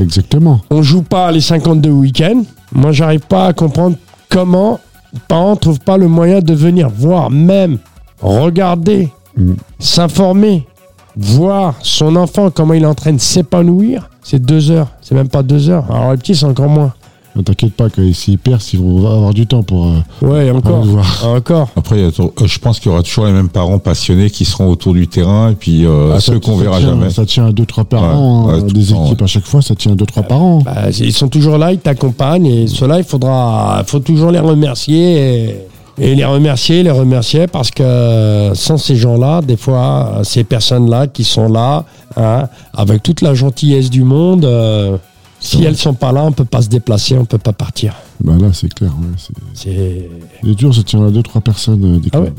Speaker 3: exactement.
Speaker 2: On joue pas les 52 week-ends. Moi, j'arrive pas à comprendre comment les parents trouvent pas le moyen de venir voir, même regarder,
Speaker 3: Mm.
Speaker 2: s'informer, voir son enfant comment il est en train de s'épanouir. C'est deux heures. C'est même pas deux heures. Alors les petits, c'est encore moins.
Speaker 3: Ne t'inquiète pas, que s'ils perdent, ils vont avoir du temps pour. euh,
Speaker 2: Ouais, encore,
Speaker 3: aller voir.
Speaker 2: encore.
Speaker 4: Après, il y a toujours- euh, je pense qu'il y aura toujours les mêmes parents passionnés qui seront autour du terrain et puis euh,
Speaker 3: Ah, ça-
Speaker 4: ceux qu'on
Speaker 3: ça
Speaker 4: verra
Speaker 3: tient-
Speaker 4: jamais.
Speaker 3: Ça tient à 2-3 par
Speaker 4: Ouais,
Speaker 3: an.
Speaker 4: ouais,
Speaker 3: hein,
Speaker 4: tout le
Speaker 3: des
Speaker 4: temps,
Speaker 3: équipes à chaque fois, ça tient à 2-3 par an.
Speaker 2: Bah, ils sont toujours là, ils t'accompagnent et ceux-là, il faudra, faut toujours les remercier et, et les remercier, les remercier parce que sans ces gens-là, des fois, ces personnes-là qui sont là, hein, avec toute la gentillesse du monde, euh, si
Speaker 3: vrai.
Speaker 2: elles sont pas là, on peut pas se déplacer, on peut pas partir.
Speaker 3: Bah là, c'est clair. Ouais, c'est-
Speaker 2: C'est
Speaker 3: Les jours, ça tient à 2-3 personnes euh, des
Speaker 2: Ah
Speaker 3: clubs.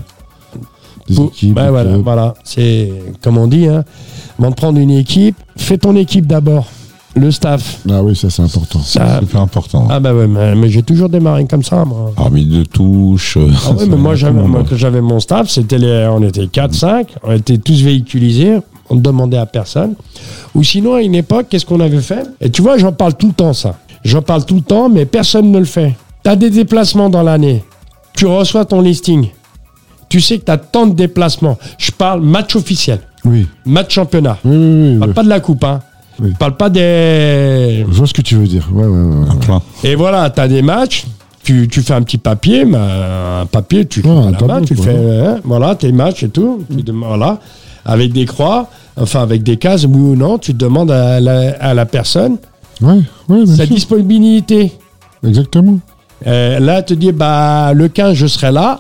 Speaker 3: Des
Speaker 2: Pou-
Speaker 3: équipes. euh.
Speaker 2: Ben
Speaker 3: des
Speaker 2: voilà,
Speaker 3: clubs.
Speaker 2: voilà. C'est comme on dit, hein, avant de prendre une équipe, fais ton équipe d'abord, le staff.
Speaker 3: Ah oui, ça, c'est important.
Speaker 4: C'est
Speaker 2: Ah.
Speaker 4: super important.
Speaker 2: Ah bah ouais, mais, mais j'ai toujours démarré comme ça, moi.
Speaker 4: Arbitre de touche. euh,
Speaker 2: Ah ouais, mais moi, j'avais, moi, quand j'avais mon staff, c'était les- on était 4-5, on était tous véhiculisés, on ne demandait à personne. Ou sinon, à une époque, qu'est-ce qu'on avait fait Et tu vois, j'en parle tout le temps, ça. J'en parle tout le temps, mais personne ne le fait. Tu as des déplacements dans l'année. Tu reçois ton listing. Tu sais que tu as tant de déplacements. Je parle match officiel,
Speaker 3: Oui,
Speaker 2: match championnat.
Speaker 3: oui, oui. oui,
Speaker 2: Je parle
Speaker 3: oui.
Speaker 2: pas de la coupe, hein.
Speaker 3: Oui.
Speaker 2: Je parle pas des...
Speaker 3: Je vois ce que tu veux dire. Ouais, ouais, ouais.
Speaker 4: En plein.
Speaker 2: Et voilà, tu as des matchs, tu, tu fais un petit papier, mais un papier, tu le
Speaker 3: Ouais,
Speaker 2: fais à
Speaker 3: un
Speaker 2: la
Speaker 3: tableau,
Speaker 2: main, tu le
Speaker 3: quoi.
Speaker 2: fais, hein, voilà, tes matchs et tout, tu dem- voilà, avec des croix, enfin avec des cases, oui ou non, tu demandes à la, à la personne
Speaker 4: Ah.
Speaker 3: Ouais, ouais, bien
Speaker 2: sa
Speaker 3: sûr.
Speaker 2: disponibilité.
Speaker 3: Exactement.
Speaker 2: Euh, là, elle te dit, bah, le 15, je serai là.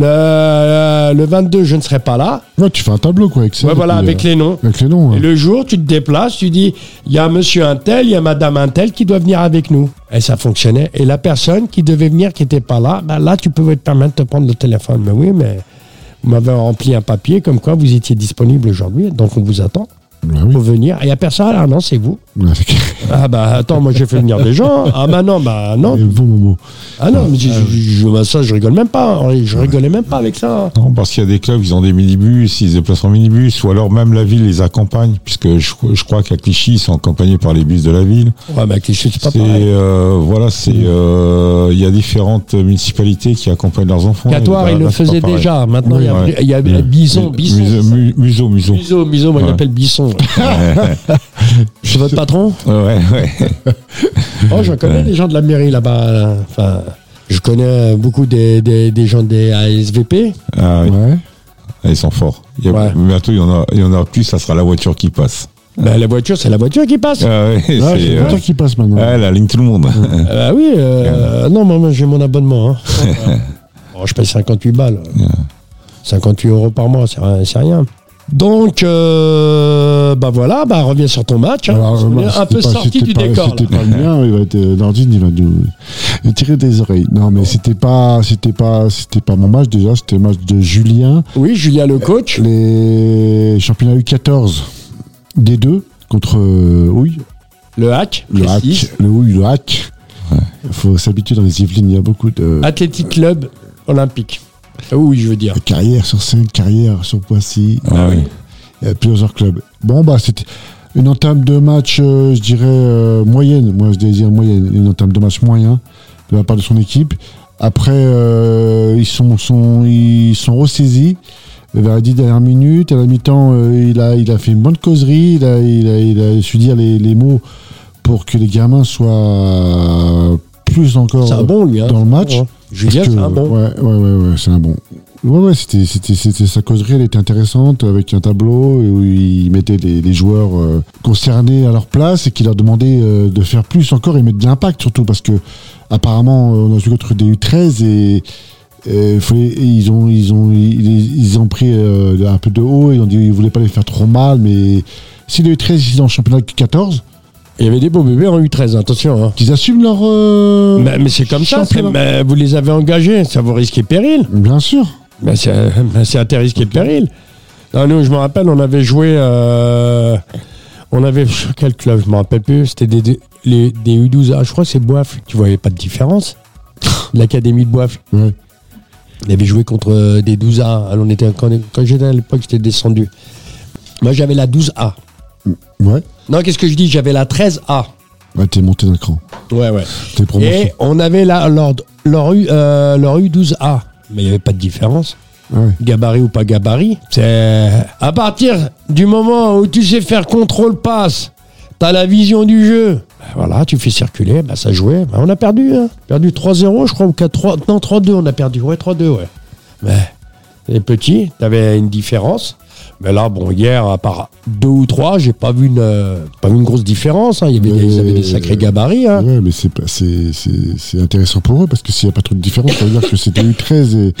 Speaker 2: euh, Le, le 22, je ne serai pas là.
Speaker 3: Ouais, tu fais un tableau, quoi, avec ça.
Speaker 2: Ouais, voilà,
Speaker 3: puis,
Speaker 2: avec
Speaker 3: euh,
Speaker 2: les noms.
Speaker 3: Avec les noms.
Speaker 2: Et
Speaker 3: ouais.
Speaker 2: le jour, tu te déplaces, tu dis, il y a monsieur un tel, il y a madame un tel qui doit venir avec nous. Et ça fonctionnait. Et la personne qui devait venir, qui n'était pas là, ben là, tu pouvais te permettre de prendre le téléphone. Mais oui, mais vous m'avez rempli un papier comme quoi vous étiez disponible aujourd'hui, donc on vous attend
Speaker 3: Bah oui.
Speaker 2: pour venir. Et il n'y a personne, ah non, c'est vous.
Speaker 3: Ouais, avec-
Speaker 2: Ah bah attends, moi j'ai fait venir des gens. Ah bah non, bah non.
Speaker 3: Et bon moment.
Speaker 2: Ah non, mais je, je- je- bah, ça, je rigole même pas. hein. Je rigolais même pas avec ça. hein.
Speaker 4: Non, parce qu'il y a des clubs, ils ont des minibus, ils se déplacent en minibus, ou alors même la ville les accompagne, puisque je, je crois qu'à Clichy, ils sont accompagnés par les bus de la ville.
Speaker 2: Ouais, mais avec les chutes, c'est pas
Speaker 4: C'est
Speaker 2: pareil.
Speaker 4: euh, voilà, c'est euh, il y a différentes municipalités qui accompagnent leurs enfants.
Speaker 2: Catoire,
Speaker 4: Et
Speaker 2: il
Speaker 4: là,
Speaker 2: le
Speaker 4: c'est pas
Speaker 2: faisait
Speaker 4: pareil.
Speaker 2: déjà. Maintenant, il y a,
Speaker 4: Ouais.
Speaker 2: il y a
Speaker 4: Oui.
Speaker 2: Bison, Bison.
Speaker 4: Museau, mu- museau, museau.
Speaker 2: Biso, Biso, moi je
Speaker 4: Ouais.
Speaker 2: l'appelle Bisson. C'est votre patron
Speaker 4: Ouais, ouais.
Speaker 2: Oh, je connais des gens de la mairie là-bas. Enfin, je connais beaucoup des, des, des gens des ASVP.
Speaker 4: Ah, oui.
Speaker 3: Ouais.
Speaker 4: Ah, Ils sont forts. Il y a-
Speaker 2: Ouais.
Speaker 4: Bientôt, il y, en a, il y en aura plus, ça sera la voiture qui passe.
Speaker 2: Ben, la voiture, c'est la voiture qui passe.
Speaker 4: Ah, ouais, c'est,
Speaker 3: Ah, c'est
Speaker 4: euh,
Speaker 3: le temps qui passe maintenant.
Speaker 4: ouais, la ligne tout le monde.
Speaker 2: Ah oui, euh, non, moi, moi, j'ai mon abonnement. hein. Bon, je paye 58 balles. 58 euros par mois, c'est rien. c'est rien. Donc, euh, bah voilà, bah reviens sur ton match. hein.
Speaker 3: Alors,
Speaker 2: On est
Speaker 3: remarque,
Speaker 2: un
Speaker 3: Ah, c'était
Speaker 2: peu
Speaker 3: pas-
Speaker 2: sorti
Speaker 3: c'était
Speaker 2: du
Speaker 3: pas-
Speaker 2: décor.
Speaker 3: C'était
Speaker 2: là.
Speaker 3: pas le mien, il va être, euh, Nordine, il va nous nous tirer des oreilles. Non, mais c'était pas, c'était pas, c'était pas mon match déjà, c'était le match de Julien.
Speaker 2: Oui, Julien le coach.
Speaker 3: Les championnats U14 des deux contre euh, Houille,
Speaker 2: Le hack.
Speaker 3: le hack,
Speaker 2: précise.
Speaker 3: le Houille, le hack. Il faut s'habituer dans les Yvelines, il y a beaucoup de
Speaker 2: Athletic Club Olympique. Ah Oui, je veux dire.
Speaker 3: de carrières sur scène, carrières sur Poissy, euh,
Speaker 4: Ah, oui.
Speaker 3: il y a plusieurs clubs. Bon, bah, c'était une entame de match, euh, je dirais, euh, moyenne. Moi, je devais dire moyenne. Une entame de match moyen de la part de son équipe. Après, euh, ils sont, sont- ils sont ressaisis. Vers la 10 dernières minutes, à la mi-temps, euh, il, a, il a fait une bonne causerie. Il a, il a- il a su dire les, les mots pour que les gamins soient plus encore
Speaker 2: C'est un bon, lui. Hein.
Speaker 3: Euh, dans le match.
Speaker 2: Julien,
Speaker 3: Parce
Speaker 2: c'est
Speaker 3: que-
Speaker 2: un bon.
Speaker 3: Ouais, ouais, ouais, ouais, c'est un bon. Ouais, ouais, c'était, c'était, c'était- sa causerie, elle était intéressante avec un tableau où il mettait les, les joueurs euh, concernés à leur place et qu'il leur demandait euh, de faire plus encore et mettre de l'impact surtout parce que apparemment euh, on a joué contre des U13 et, et faut- et ils ont ils ont ils, ils ont pris euh, un peu de haut ils ont dit ils voulaient pas les faire trop mal mais si les U13 ils sont en championnat 14
Speaker 2: Il y avait des beaux bébés en U13, attention. hein.
Speaker 3: Qu'ils assument leur. euh,
Speaker 2: Mais, mais c'est comme ça, c'est-
Speaker 3: championnat.
Speaker 2: mais vous les avez engagés, ça vous risquez péril.
Speaker 3: Bien sûr.
Speaker 2: Mais Ben, c'est mais c'est à tes risques et périls. Non, nous, je me rappelle, on avait joué. euh, on avait. Quel club Je me rappelle plus. C'était des, des, les- des U12. Ah, je crois que c'est Boif. Tu voyais pas de différence. L'académie de Boif.
Speaker 3: Ouais.
Speaker 2: On avait joué contre euh, des 12A. Alors, on était, quand, quand j'étais à l'époque, j'étais descendu. Moi, j'avais la 12A.
Speaker 3: Ouais.
Speaker 2: Non, qu'est-ce que je dis J'avais la 13A.
Speaker 3: Ouais, t'es monté d'un cran.
Speaker 2: Ouais, ouais.
Speaker 3: T'es promotion.
Speaker 2: Et on avait la, leur, leur, U, euh, leur U12A. Mais il n'y avait pas de différence
Speaker 3: Ouais.
Speaker 2: gabarit ou pas gabarit. C'est à partir du moment où tu sais faire contrôle passe, t'as la vision du jeu. Ben Voilà, tu fais circuler, ben ça jouait. Ben on a perdu, hein. perdu 3-0, je crois, ou 4-3. Non, 3-2, on a perdu. Ouais, 3-2, ouais. Mais les petits, t'avais une différence. Mais là, bon, hier, à part deux ou trois, j'ai pas vu une, euh, pas vu une grosse différence. hein. Il y avait des, ils avaient des sacrés gabarits. hein.
Speaker 3: Ouais, mais c'est pas- c'est- c'est c'est intéressant pour eux parce que s'il n'y a pas trop de différence, ça veut dire que c'était U13 et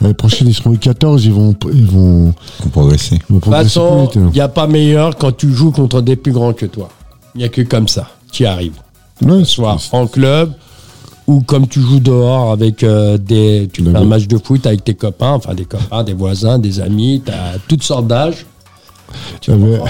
Speaker 3: l'année prochaine ils seront U14, ils vont, ils vont,
Speaker 4: Pour progresser.
Speaker 3: ils vont
Speaker 2: De toute
Speaker 3: progresser
Speaker 2: façon,
Speaker 3: plus
Speaker 2: il
Speaker 3: vite. hein.
Speaker 2: n'y a pas meilleur quand tu joues contre des plus grands que toi. Il n'y a que comme ça. Tu y arrives.
Speaker 3: Ouais,
Speaker 2: que ce soit
Speaker 3: c'est-
Speaker 2: en club ou comme tu joues dehors avec euh, des tu fais un
Speaker 3: D'accord.
Speaker 2: match de foot avec tes copains, enfin des copains, des voisins, des amis, t'as toutes sortes d'âges. Tu
Speaker 3: Ah
Speaker 2: comprends
Speaker 3: ouais.
Speaker 2: pas.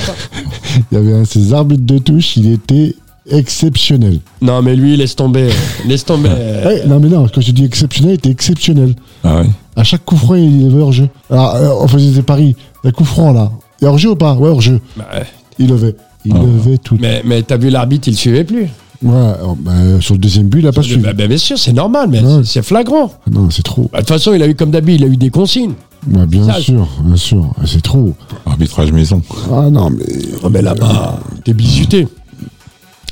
Speaker 3: Il y avait un de ces arbitres de touche, il était exceptionnel.
Speaker 2: Non mais lui laisse tomber, laisse tomber.
Speaker 3: Ouais, non mais non, quand je dis exceptionnel, il était exceptionnel.
Speaker 4: Ah ouais.
Speaker 3: À chaque coup franc, il avait hors jeu. Alors, euh, on faisait des paris. Le coup franc là, il est hors jeu ou pas Ouais, hors jeu.
Speaker 2: Bah, ouais.
Speaker 3: Il levait. Il
Speaker 4: Ah.
Speaker 3: levait tout.
Speaker 2: mais mais t'as vu l'arbitre, il suivait plus.
Speaker 3: Ouais, alors, bah, sur le deuxième but, il a pas suivi.
Speaker 2: Bah, bah, bien sûr, c'est normal, mais
Speaker 3: Ouais.
Speaker 2: c'est- c'est flagrant. Bah,
Speaker 3: Non, c'est trop.
Speaker 2: De toute façon, il a eu comme d'habitude, il a eu des consignes.
Speaker 3: Ouais, Bah, bien
Speaker 2: Ça, je-
Speaker 3: sûr, bien sûr. C'est trop.
Speaker 4: Arbitrage maison.
Speaker 3: Ah non, mais.
Speaker 2: Oh, mais là-bas, t'es bisuté.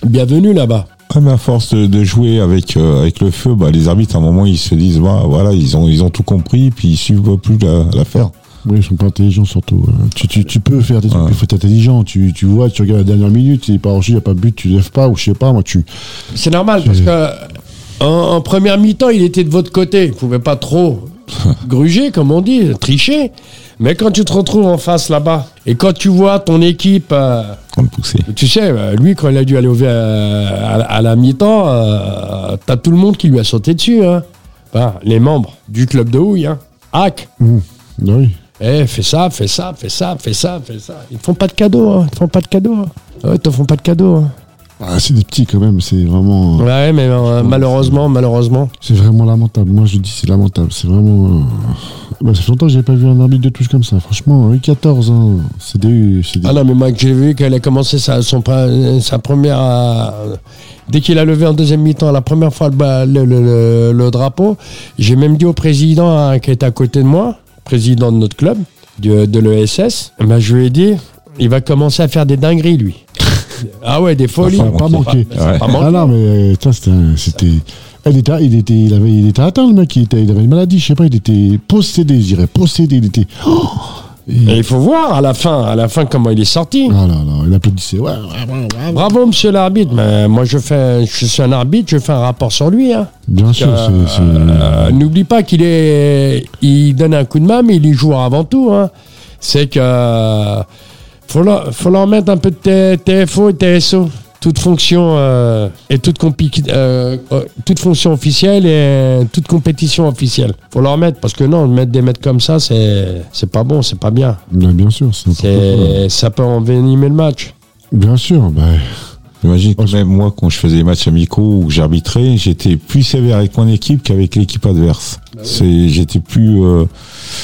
Speaker 2: Bienvenue là-bas.
Speaker 4: Ah, mais à force de, de jouer avec euh, avec le feu, bah, les arbitres à un moment ils se disent bah, voilà ils ont ils ont tout compris puis ils suivent plus la- l'affaire.
Speaker 3: Oui, ils sont pas intelligents surtout. Euh, Tu, tu, tu peux faire des trucs,
Speaker 4: Ouais.
Speaker 3: il faut être intelligent. Tu, tu vois, tu regardes la dernière minute, il est pas hors jeu, il n'y a pas de but, tu lèves pas, ou je sais pas, moi, tu.
Speaker 2: C'est normal parce que en, en première mi-temps, il était de votre côté. Il pouvait pas trop gruger, comme on dit, tricher. Mais quand tu te retrouves en face là-bas et quand tu vois ton équipe, euh,
Speaker 4: On le poussait.
Speaker 2: tu sais, euh, lui quand il a dû aller au, ver- euh, à, la- à la mi-temps, euh, t'as tout le monde qui lui a sauté dessus. Hein. Enfin, les membres du club de houille. Hein. Hack,
Speaker 3: Ah Oui.
Speaker 2: eh, fais ça, fais ça, fais ça, fais ça, fais ça. Ils te font pas de cadeaux. Hein. Ils te font pas de cadeaux. Hein. Ah Ouais, ils te font pas de cadeaux. Hein.
Speaker 3: Ah, c'est des petits quand même, c'est vraiment.
Speaker 2: Ouais, mais euh, malheureusement, malheureusement.
Speaker 3: C'est vraiment lamentable. Moi, je dis, c'est lamentable. C'est vraiment. euh, Bah, ça fait longtemps que j'avais pas vu un arbitre de touche comme ça. Franchement, oui, 14, hein. C'est des. c'est des-
Speaker 2: Ah non, mais moi, que j'ai vu qu'elle a commencé sa, son, pre- sa première. euh, dès qu'il a levé en deuxième mi-temps, la première fois le, ba- le, le- le- le drapeau, j'ai même dit au président hein, qui est à côté de moi, président de notre club, de, de l'ESS, ben, je lui ai dit il va commencer à faire des dingueries, lui. ah ouais, des folies.
Speaker 4: Ça
Speaker 3: va pas manquer.
Speaker 2: Ça va
Speaker 4: Ouais.
Speaker 2: pas
Speaker 3: Ah
Speaker 2: manquer.
Speaker 3: non, mais euh, tiens, c'était. un- c'était- Elle était, il, était, il, avait, il était atteint, le mec. Il, était- il avait une maladie, je sais pas. Il était possédé, je dirais. Possédé, il était. Oh
Speaker 2: Et il faut voir à la fin, à la fin comment il est sorti.
Speaker 3: Ah là là, il applaudissait. Ouais, ouais, ouais, ouais.
Speaker 2: Bravo, monsieur l'arbitre. Mais moi, je, fais, je suis un arbitre, je fais un rapport sur lui. Hein.
Speaker 3: Bien sûr,
Speaker 2: Euh,
Speaker 3: c'est. c'est-
Speaker 2: Euh, N'oublie pas qu'il est, il donne un coup de main, mais il est joueur avant tout. hein. C'est que euh, faut leur, faut leur mettre un peu de T- TFO et TSO. Toute fonction euh, et toute, compi- euh, euh, toute fonction officielle et euh, toute compétition officielle. Faut leur mettre parce que non, mettre des mètres comme ça, c'est c'est pas bon, c'est pas bien.
Speaker 3: Bah, bien sûr, c'est n'importe quoi.
Speaker 2: C'est- Ça peut envenimer le match.
Speaker 3: Bien sûr, bah,
Speaker 4: Imagine
Speaker 3: Oh,
Speaker 4: quand même moi quand je faisais les matchs amicaux ou que j'arbitrais, j'étais plus sévère avec mon équipe qu'avec l'équipe adverse. C'est j'étais plus euh,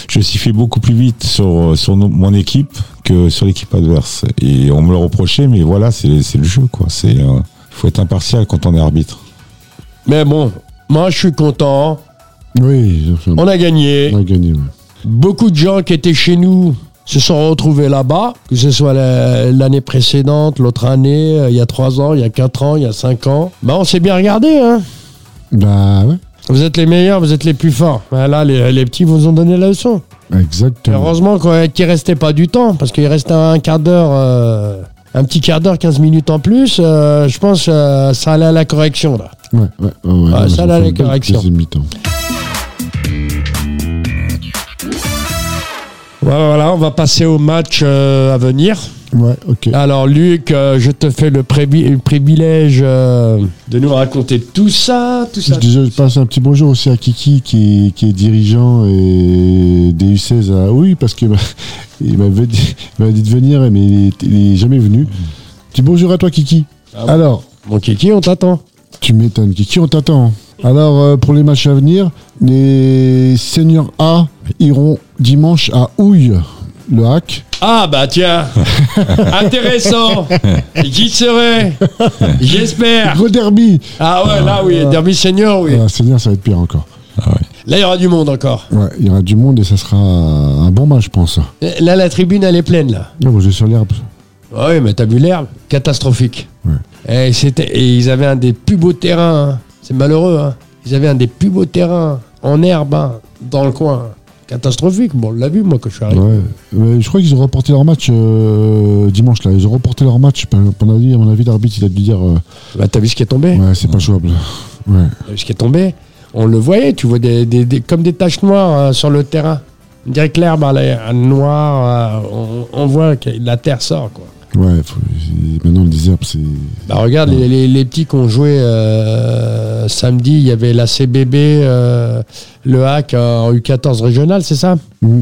Speaker 4: je sifflais beaucoup plus vite sur euh, sur no- mon équipe que sur l'équipe adverse et on me le reprochait mais voilà, c'est c'est le jeu quoi, c'est euh, faut être impartial quand on est arbitre.
Speaker 2: Mais bon, moi je suis content.
Speaker 3: oui, enfin,
Speaker 2: On a gagné.
Speaker 3: on a gagné. ouais.
Speaker 2: Beaucoup de gens qui étaient chez nous se sont retrouvés là-bas, que ce soit la- l'année précédente, l'autre année, euh, il y a 3 ans, il y a 4 ans, il y a 5 ans. Bah, on s'est bien regardé, hein.
Speaker 3: Bah ouais,
Speaker 2: Vous êtes les meilleurs, vous êtes les plus forts. Bah, là, les, les petits vous ont donné la leçon.
Speaker 3: exactement.
Speaker 2: Heureusement qu'on- euh, qu'il restait pas du temps, parce qu'il restait un quart d'heure, euh, un petit quart d'heure, 15 minutes en plus. euh, je pense euh, ça allait à la correction, là.
Speaker 3: Ouais, ouais, ouais, ouais,
Speaker 2: Ah,
Speaker 3: ouais,
Speaker 2: ça,
Speaker 3: ils
Speaker 2: là,
Speaker 3: ont fait
Speaker 2: les
Speaker 3: une belle
Speaker 2: corrections.
Speaker 3: deuxième mi-temps.
Speaker 2: Voilà, voilà, on va passer au match euh, à venir.
Speaker 3: Ouais, ok.
Speaker 2: Alors Luc, euh, je te fais le, prévi- le privilège euh, de nous raconter tout ça, tout
Speaker 3: Je,
Speaker 2: ça.
Speaker 3: déjà, je passe un petit bonjour aussi à Kiki qui est, qui est dirigeant et des U16 à Ah oui parce qu'il m'a- il m'avait dit, il m'a dit de venir mais il est, il est jamais venu. Petit bonjour à toi Kiki.
Speaker 2: Ah bon.
Speaker 3: Alors,
Speaker 2: Mon kiki, on t'attend.
Speaker 3: tu m'étonnes Kiki, on t'attend. Alors euh, pour les matchs à venir, les seniors A iront dimanche à Houille, le hack.
Speaker 2: Ah bah tiens, intéressant. J'y serai, j'espère.
Speaker 3: Gros derby.
Speaker 2: Ah ouais, là oui, Derby Senior, oui.
Speaker 3: Ah, senior, ça va être pire encore.
Speaker 2: Là il y aura du monde encore.
Speaker 3: Ouais, il y aura du monde et ça sera un bon match, je pense. Ah,
Speaker 2: Là la tribune elle est pleine là.
Speaker 3: bon, je vais sur l'herbe.
Speaker 2: Ah Oui, mais t'as vu l'herbe Catastrophique.
Speaker 3: Ouais.
Speaker 2: Et, c'était, et ils avaient un des plus beaux terrains. hein. C'est malheureux. hein. Ils avaient un des plus beaux terrains en herbe hein, dans le coin. Catastrophique. Bon, on l'a vu, moi, quand je suis arrivé.
Speaker 3: Ouais. Mais je crois qu'ils ont reporté leur match euh, dimanche là. Ils ont reporté leur match. Pendant à mon avis, l'arbitre il a dû dire euh,
Speaker 2: Bah, t'as vu ce qui est tombé
Speaker 3: ouais, c'est pas jouable. Ouais.
Speaker 2: T'as vu ce qui est tombé On le voyait, tu vois, des, des- des- comme des taches noires hein, sur le terrain. On dirait que l'herbe, elle est euh, noire. euh, on, on voit que la terre sort, quoi.
Speaker 3: Ouais. faut- c'est- maintenant le désherbe, c'est
Speaker 2: Bah, regarde les, les- les petits qui ont joué euh, samedi. Il y avait la CBB, euh, le HAC euh, en U14 régional, c'est ça
Speaker 3: Mm.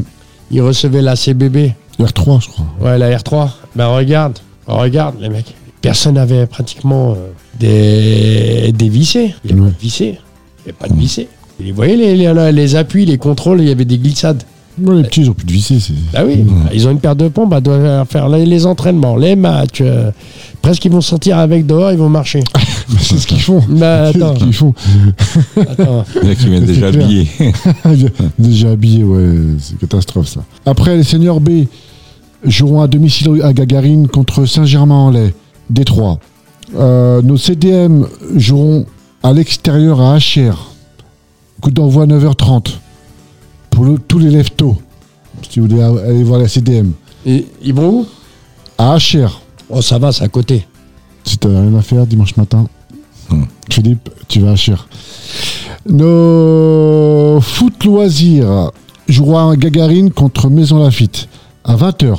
Speaker 2: Ils recevaient la CBB,
Speaker 3: R3, je crois.
Speaker 2: ouais, la R3. Bah, regarde, regarde les mecs. Personne n'avait pratiquement euh, des, des vissés. Il n'y avait
Speaker 3: Ouais.
Speaker 2: pas de vissés. Il n'y avait pas de vissés. Et Vous voyez les, les- les appuis, les contrôles, il y avait des glissades.
Speaker 3: Ouais, les petits, ils ont plus de visser. c'est-
Speaker 2: Bah oui, ils ont une paire de pompes, bah, doivent faire les, les entraînements, les matchs. euh, presque ils vont sortir avec dehors, ils vont marcher.
Speaker 3: c'est ce qu'ils font.
Speaker 2: Bah
Speaker 3: C'est
Speaker 2: attends,
Speaker 3: ce qu'ils font.
Speaker 2: attends.
Speaker 4: Il y en a qui viennent
Speaker 3: C'est
Speaker 4: déjà
Speaker 3: clair.
Speaker 4: habillés.
Speaker 3: Ah, Déjà habillé, ouais, c'est une catastrophe ça. Après, les seniors B joueront à domicile à Gagarine contre Saint-Germain-en-Laye, Détroit. Euh, nos CDM joueront à l'extérieur à HR. Coup d'envoi 9h30 pour le- tous les leftos. Si vous voulez aller voir la CDM.
Speaker 2: Et ils vont où
Speaker 3: À HR,
Speaker 2: Oh, ça va, c'est à côté.
Speaker 3: si t'as rien à faire dimanche matin,
Speaker 4: Hmm.
Speaker 3: Philippe, tu vas à HR. Nos foot loisirs jouera à Gagarine contre Maison Lafitte à 20h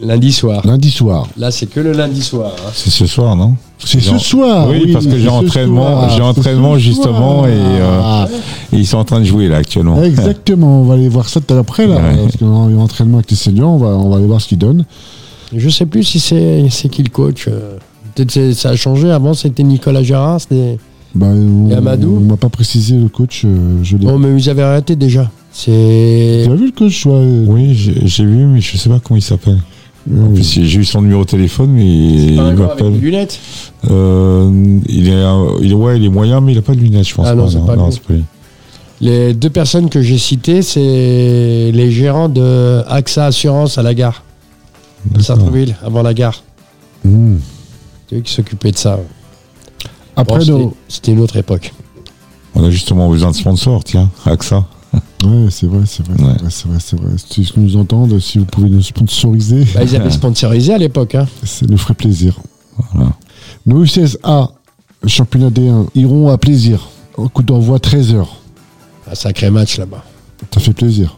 Speaker 2: Lundi soir.
Speaker 3: lundi soir.
Speaker 2: Là, c'est que le lundi soir. hein.
Speaker 4: C'est ce soir, non
Speaker 3: C'est ce
Speaker 4: Genre-
Speaker 3: soir.
Speaker 4: Oui, parce que
Speaker 3: c'est
Speaker 4: j'ai
Speaker 3: ce
Speaker 4: entraînement-
Speaker 3: soir.
Speaker 4: j'ai
Speaker 3: C'est
Speaker 4: entraînement,
Speaker 3: ce
Speaker 4: justement,
Speaker 3: soir.
Speaker 4: et, euh, Et Ils sont en train de jouer là actuellement.
Speaker 3: Exactement, on va aller voir ça tout après là,
Speaker 4: Ouais.
Speaker 3: parce qu'on a eu entraînement avec les seniors, on va, on va aller voir ce qu'ils donnent.
Speaker 2: Je sais plus si c'est c'est qui le coach. euh. Peut-être c'est- ça a changé. Avant, c'était Nicolas Gérard. c'était-
Speaker 3: Bah, on,
Speaker 2: Et Amadou
Speaker 3: on m'a pas précisé le coach, euh, je l'ai.
Speaker 2: Non, Oh, mais ils avaient arrêté déjà. C'est.
Speaker 3: Tu as vu le coach toi, euh,
Speaker 4: Oui, j'ai j'ai vu, mais je sais pas comment il s'appelle. En plus, j'ai eu son numéro de téléphone, mais il
Speaker 2: Pas encore avec des
Speaker 4: m'appelle.
Speaker 2: lunettes.
Speaker 4: Euh, il est, euh, il est, ouais, il est moyen, mais il a pas de lunettes, je pense.
Speaker 2: Ah non,
Speaker 4: pas,
Speaker 2: c'est pas lui.
Speaker 4: c'est pas lui.
Speaker 2: Les deux personnes que j'ai citées, c'est les gérants de AXA Assurance à la gare, à
Speaker 4: D'accord.
Speaker 2: Sartreville, avant la gare.
Speaker 3: Mmh.
Speaker 2: C'est eux qui s'occupaient de ça. Bon,
Speaker 3: Après,
Speaker 2: c'était-
Speaker 3: nos-
Speaker 2: c'était une autre époque.
Speaker 4: On a justement besoin de sponsors, tiens, AXA.
Speaker 2: Oh.
Speaker 3: Ouais, c'est vrai, c'est vrai, c'est
Speaker 4: Ouais.
Speaker 3: vrai, c'est vrai, c'est vrai. Si ils nous entendent, si vous pouvez nous sponsoriser,
Speaker 2: Bah, ils avaient sponsorisé à l'époque. hein.
Speaker 3: ça nous ferait plaisir.
Speaker 4: Voilà.
Speaker 3: Nos U16A, championnat D1, iront à plaisir. Au coup d'envoi 13h.
Speaker 2: Un sacré match là-bas.
Speaker 3: Ça fait plaisir.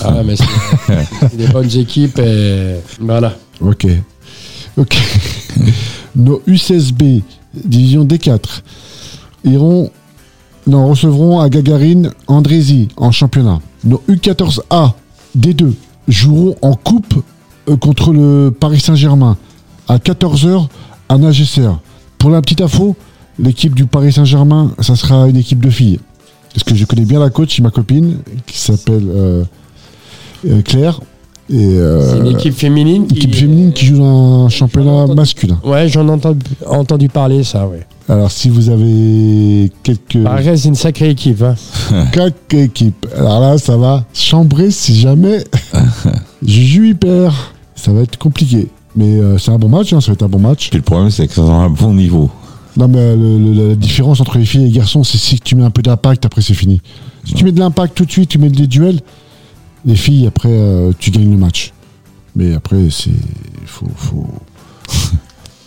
Speaker 2: Ah ouais, mais c'est c'est des bonnes équipes et voilà.
Speaker 3: Ok. Ok. Nos U16B, division D4, iront. Non, recevront à Gagarine Andrézy en championnat. Nos U14A, D2, joueront en coupe euh, contre le Paris Saint-Germain à 14h à Nagesser. Pour la petite info, l'équipe du Paris Saint-Germain, ça sera une équipe de filles. Parce que je connais bien la coach, ma copine, qui s'appelle euh, euh, Claire. Et, euh,
Speaker 2: C'est une équipe féminine.
Speaker 3: une
Speaker 2: qui-
Speaker 3: équipe féminine qui joue dans un championnat
Speaker 2: entendu.
Speaker 3: masculin.
Speaker 2: Ouais, j'en ai entendu, entendu parler ça, ouais.
Speaker 3: Alors, si vous avez quelques
Speaker 2: Par contre, c'est une sacrée équipe. hein.
Speaker 3: quelques équipes, alors là, ça va chambrer si jamais Juju y perd. Ça va être compliqué. Mais euh, c'est un bon match, hein, ça va être un bon match.
Speaker 4: Puis le problème, c'est que ça a un bon niveau.
Speaker 3: Non, mais euh, le- le- la différence entre les filles et les garçons, c'est si tu mets un peu d'impact, après c'est fini. Si tu mets de l'impact tout de suite, tu mets des duels, les filles, après, euh, tu gagnes le match. Mais après, c'est. Faut, faut...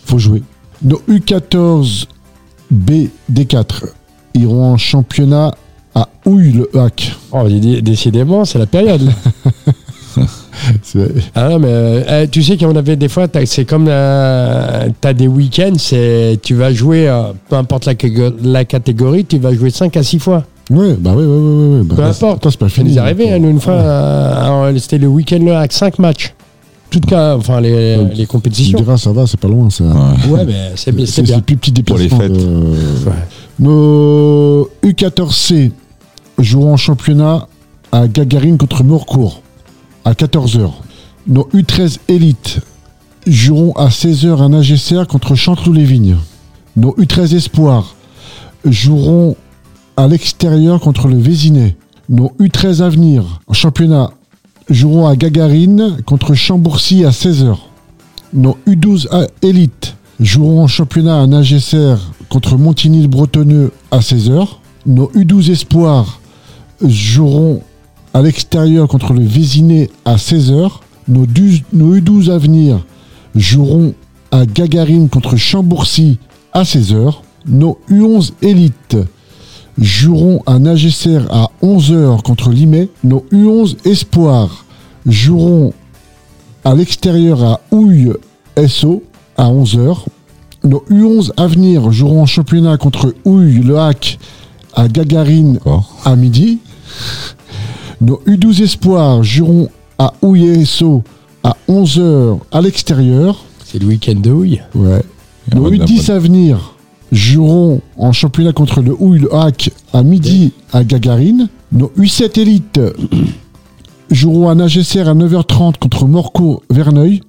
Speaker 3: faut jouer. Nos U14 BD4 iront en championnat à Houille, le hack.
Speaker 2: Oh, dé- dé- décidément, c'est la période. là.
Speaker 3: C'est-
Speaker 2: Ah non, mais euh, euh, tu sais qu'on avait des fois, t'as- c'est comme euh, t'as des week-ends, c'est tu vas jouer, euh, peu importe la, cago- la catégorie, tu vas jouer 5 à 6 fois.
Speaker 3: Ouais, bah ouais, ouais, ouais, ouais, ouais. Bah,
Speaker 2: Peu
Speaker 3: là,
Speaker 2: importe.
Speaker 3: attends, c'est pas
Speaker 2: Ça
Speaker 3: fini.
Speaker 2: nous est arrivé, hein, nous, une fois, euh, alors, c'était le week-end là, avec 5 matchs. Toutes cas, enfin, les,
Speaker 3: Ouais,
Speaker 2: les
Speaker 3: Tu me
Speaker 2: compétitions.
Speaker 3: diras, ça va, c'est pas loin, ça.
Speaker 2: Ouais, mais c'est bien. c'est
Speaker 3: C'est le
Speaker 2: bien.
Speaker 3: plus petit
Speaker 4: Pour les
Speaker 3: déplacement.
Speaker 4: fêtes.
Speaker 3: de-
Speaker 2: Ouais.
Speaker 3: Nos U14C joueront en championnat à Gagarine contre Morcourt à 14h. Nos U13 Elite joueront à 16h à Nagesser contre Chanteloup-les-Vignes. Nos U13 Espoir joueront à l'extérieur contre le Vésinet. Nos U13 Avenir en championnat joueront à Gagarine contre Chambourcy à 16h. Nos U12 A Elite joueront en championnat à Nagesser contre Montigny-le-Bretonneux à 16h. Nos U12 Espoirs joueront à l'extérieur contre le Vésinet à 16h. Nos, 12 nos U12 Avenir joueront à Gagarine contre Chambourcy à 16h. Nos U11 Elite joueront à Nagesser à 11h contre Limay. Nos U11 Espoirs joueront à l'extérieur à Houille SO à 11h. Nos U11 Avenir joueront en championnat contre Houille Le Hack à Gagarine
Speaker 4: D'accord.
Speaker 3: à midi. Nos U12 Espoirs joueront à Houille SO à 11h à l'extérieur.
Speaker 2: C'est le week-end de houille.
Speaker 3: Ouais. Nos
Speaker 4: Ouais,
Speaker 3: U10 à venir joueront en championnat contre le Houille le Hack à midi à Gagarine. Nos U7 élites joueront à Nagesser à 9h30 contre Morco Verneuil.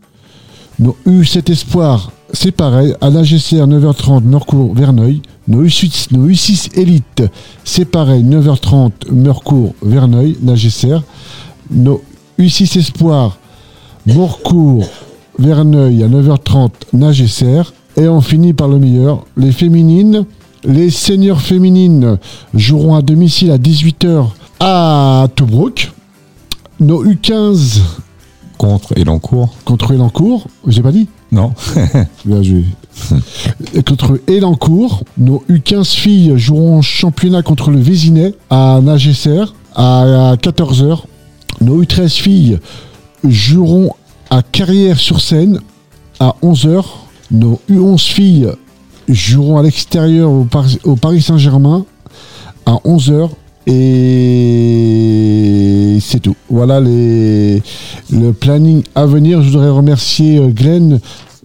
Speaker 3: Nos U7 espoirs, c'est pareil, à Nagesser à 9h30 Morco Verneuil. Nos U6, nos U6 élites, c'est pareil, 9h30 Morcourt Verneuil, Nagesser. Nos U6 espoirs, Morcourt, Verneuil à 9h30, Nagesser. Et on finit par le meilleur, les féminines. Les seniors féminines joueront à domicile à 18h à Tobruk. Nos U15
Speaker 4: Contre Elancourt
Speaker 3: contre Elancourt, j'ai pas dit
Speaker 4: Non.
Speaker 3: Bien joué. Et contre Elancourt, nos U15 filles joueront en championnat contre le Vésinet à Nagesser à 14h. Nos U13 filles joueront à Carrière-sur-Seine à 11h. Nos U11 filles joueront à l'extérieur au, Par- au Paris Saint-Germain à 11h. Et c'est tout. Voilà les, le planning à venir. Je voudrais remercier euh, Glenn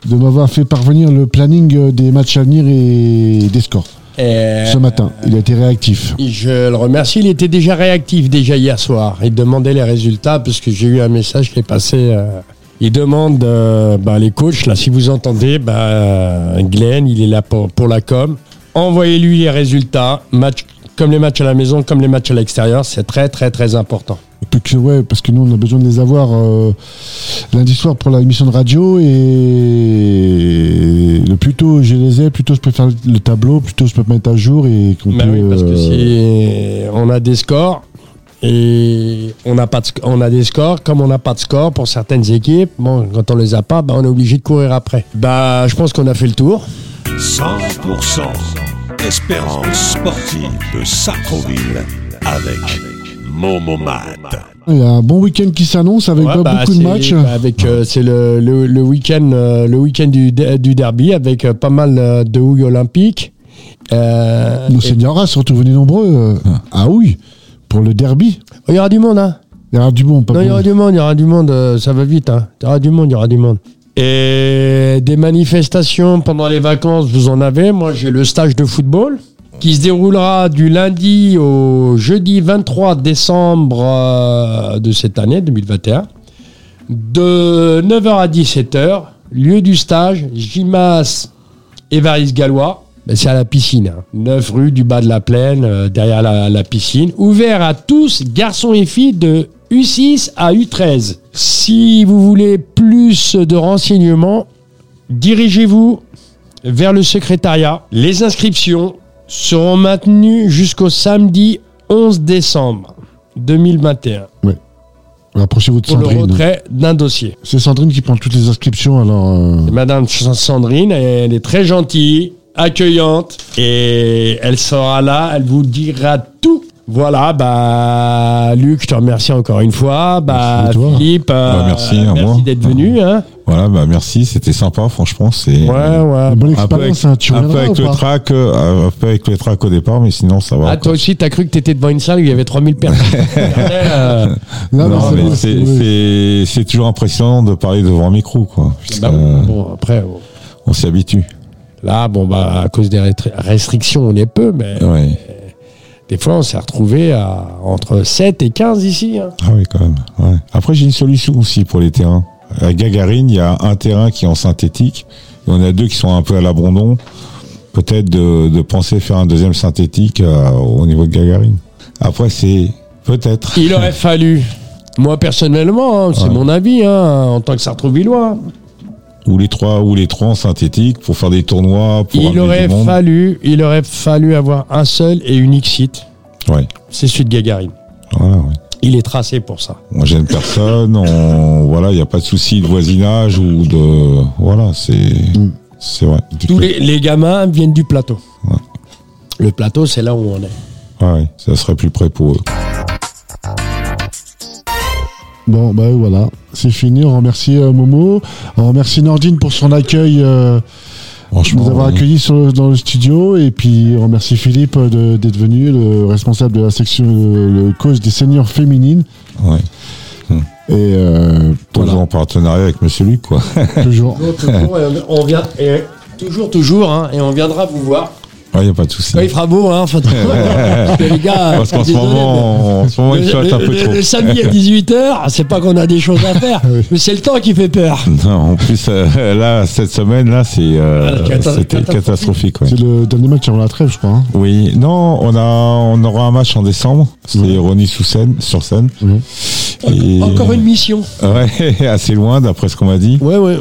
Speaker 3: de m'avoir fait parvenir le planning euh, des matchs à venir et des scores.
Speaker 2: Et
Speaker 3: Ce matin, il a été réactif.
Speaker 2: je le remercie, il était déjà réactif déjà hier soir. Il demandait les résultats parce que j'ai eu un message qui est passé. euh, il demande, euh, bah, les coachs, là, si vous entendez, bah, euh, Glenn, il est là pour, pour la com. Envoyez-lui les résultats, match, comme les matchs à la maison, comme les matchs à l'extérieur. C'est très, très, très important.
Speaker 3: Plus que ouais, parce que nous on a besoin de les avoir euh, lundi soir pour la émission de radio et le plus tôt je les ai, plus tôt je peux faire le tableau, plus tôt je peux me mettre à jour et qu'on
Speaker 2: Bah
Speaker 3: peut,
Speaker 2: oui, parce que
Speaker 3: euh,
Speaker 2: si on a des scores et on n'a pas de sc- on a des scores, comme on n'a pas de score pour certaines équipes, bon, quand on les a pas, bah, on est obligé de courir après. Bah, je pense qu'on a fait le tour.
Speaker 1: 100% Espérance sportive de Sacroville avec Momomat.
Speaker 3: il y a un bon week-end qui s'annonce avec
Speaker 2: Ouais,
Speaker 3: pas
Speaker 2: bah,
Speaker 3: beaucoup de
Speaker 2: c'est-
Speaker 3: matchs.
Speaker 2: bah, avec euh, c'est le, le, le week-end euh, le week-end du, de- du derby avec euh, pas mal euh, de houilles olympiques. Euh,
Speaker 3: Nos
Speaker 2: et-
Speaker 3: seniors ah, sont revenus nombreux euh,
Speaker 2: Ah.
Speaker 3: à Houille pour le derby.
Speaker 2: il y aura du monde, hein.
Speaker 3: Il y aura du bon, pas
Speaker 2: Non, il y
Speaker 3: bon.
Speaker 2: aura du monde, il y aura du monde, euh, ça va vite. hein. Il y aura du monde, il y aura du monde. Et des manifestations pendant les vacances, vous en avez. Moi, j'ai le stage de football qui se déroulera du lundi au jeudi 23 décembre euh, de cette année, 2021, de 9h à 17h. Lieu du stage, Gimas Évariste Gallois. Ben, c'est à la piscine. hein. 9 rue du bas de la plaine, euh, derrière la, la piscine. Ouvert à tous, garçons et filles de U6 à U13. Si vous voulez plus de renseignements, dirigez-vous vers le secrétariat. Les inscriptions seront maintenues jusqu'au samedi 11 décembre 2021
Speaker 3: Rapprochez-vous de
Speaker 2: pour le
Speaker 3: Sandrine.
Speaker 2: retrait d'un dossier.
Speaker 3: C'est Sandrine qui prend toutes les inscriptions, alors. euh,
Speaker 2: Et Madame Ch- Sandrine, elle est très gentille, accueillante, et elle sera là, elle vous dira tout Voilà, bah Luc, je te remercie encore une fois. Bah
Speaker 3: Merci à toi.
Speaker 2: Philippe, euh,
Speaker 4: Bah, merci, à moi.
Speaker 2: d'être venu. hein.
Speaker 4: Voilà, bah merci, c'était sympa, franchement. C'est
Speaker 2: Ouais, ouais.
Speaker 3: Une bonne
Speaker 4: un peu avec,
Speaker 3: expérience, hein, tu
Speaker 4: un peu
Speaker 3: reviendras
Speaker 4: avec
Speaker 3: ou
Speaker 4: le
Speaker 3: pas
Speaker 4: track, euh, un peu avec le track au départ, mais sinon ça va.
Speaker 2: Ah, toi aussi, t'as cru que t'étais devant une salle où il y avait 3000 personnes. Euh,
Speaker 3: Non,
Speaker 4: Non,
Speaker 3: non,
Speaker 4: mais
Speaker 3: bon,
Speaker 4: c'est-
Speaker 3: oui.
Speaker 4: c'est c'est toujours impressionnant de parler devant un micro, quoi. puisque,
Speaker 2: bah,
Speaker 4: euh,
Speaker 2: bon, après, bon.
Speaker 4: on s'y habitue.
Speaker 2: là, bon, bah, à cause des rétri- restrictions, on est peu, mais
Speaker 4: Ouais.
Speaker 2: des fois, on s'est retrouvé à entre 7 et 15 ici. hein.
Speaker 4: Ah oui, quand même. ouais. Après, j'ai une solution aussi pour les terrains. À Gagarine, il y a un terrain qui est en synthétique. Et on a deux qui sont un peu à l'abandon. Peut-être de, de penser faire un deuxième synthétique euh, au niveau de Gagarine. Après, c'est peut-être.
Speaker 2: Il aurait fallu, moi personnellement, hein, c'est
Speaker 4: Ouais.
Speaker 2: mon avis, hein, en tant que Sartrouvillois,
Speaker 4: Ou les trois, ou les trois en synthétique pour faire des tournois, pour
Speaker 2: il
Speaker 4: amener
Speaker 2: aurait
Speaker 4: du monde.
Speaker 2: fallu, il aurait fallu avoir un seul et unique site,
Speaker 4: Ouais.
Speaker 2: c'est celui de Gagarine.
Speaker 4: Voilà, ouais.
Speaker 2: Il est tracé pour ça.
Speaker 4: On gêne personne, on, voilà, il n'y a pas de souci de voisinage ou de, voilà, c'est, c'est vrai.
Speaker 2: Tous les, les gamins viennent du plateau.
Speaker 4: Ouais.
Speaker 2: Le plateau, c'est là où on est.
Speaker 4: ah Ouais, ça serait plus près pour eux.
Speaker 3: Bon, bah voilà, c'est fini. On remercie euh, Momo. On remercie Nordine pour son accueil, euh,
Speaker 4: Franchement.
Speaker 3: nous avoir
Speaker 4: ouais.
Speaker 3: accueillis sur- dans le studio. Et puis, on remercie Philippe euh, de- d'être venu, le responsable de la section euh, le cause des seniors féminines.
Speaker 4: Ouais.
Speaker 3: Et euh,
Speaker 4: Toujours
Speaker 3: voilà,
Speaker 4: en partenariat avec Monsieur Luc, quoi.
Speaker 3: toujours.
Speaker 2: on vient, et toujours, toujours, hein, et on viendra vous voir.
Speaker 4: Il n'y a pas de souci.
Speaker 2: Quand il fera beau, hein, faut- Parce que les gars,
Speaker 4: Parce qu'en ce
Speaker 2: désolé,
Speaker 4: moment, en ce moment,
Speaker 2: mais-
Speaker 4: il chatte un
Speaker 2: le-
Speaker 4: peu
Speaker 2: le-
Speaker 4: trop.
Speaker 2: le samedi à 18h, c'est pas qu'on a des choses à faire, mais c'est le temps qui fait peur.
Speaker 4: Non, en plus, euh, là, cette semaine, là, c'est, euh,
Speaker 2: Voilà, Ah, cata-
Speaker 4: c'était
Speaker 2: catastrophique.
Speaker 4: catastrophique, ouais.
Speaker 3: C'est le dernier match avant la trêve, je crois. hein.
Speaker 4: Oui, non, on a, on aura un match en décembre. C'est
Speaker 3: Oui.
Speaker 4: Ronnie sous scène, sur scène.
Speaker 3: Oui.
Speaker 4: Et-
Speaker 2: Mhm. Encore une mission.
Speaker 4: Ouais, assez loin, d'après ce qu'on m'a dit.
Speaker 2: Ouais, ouais.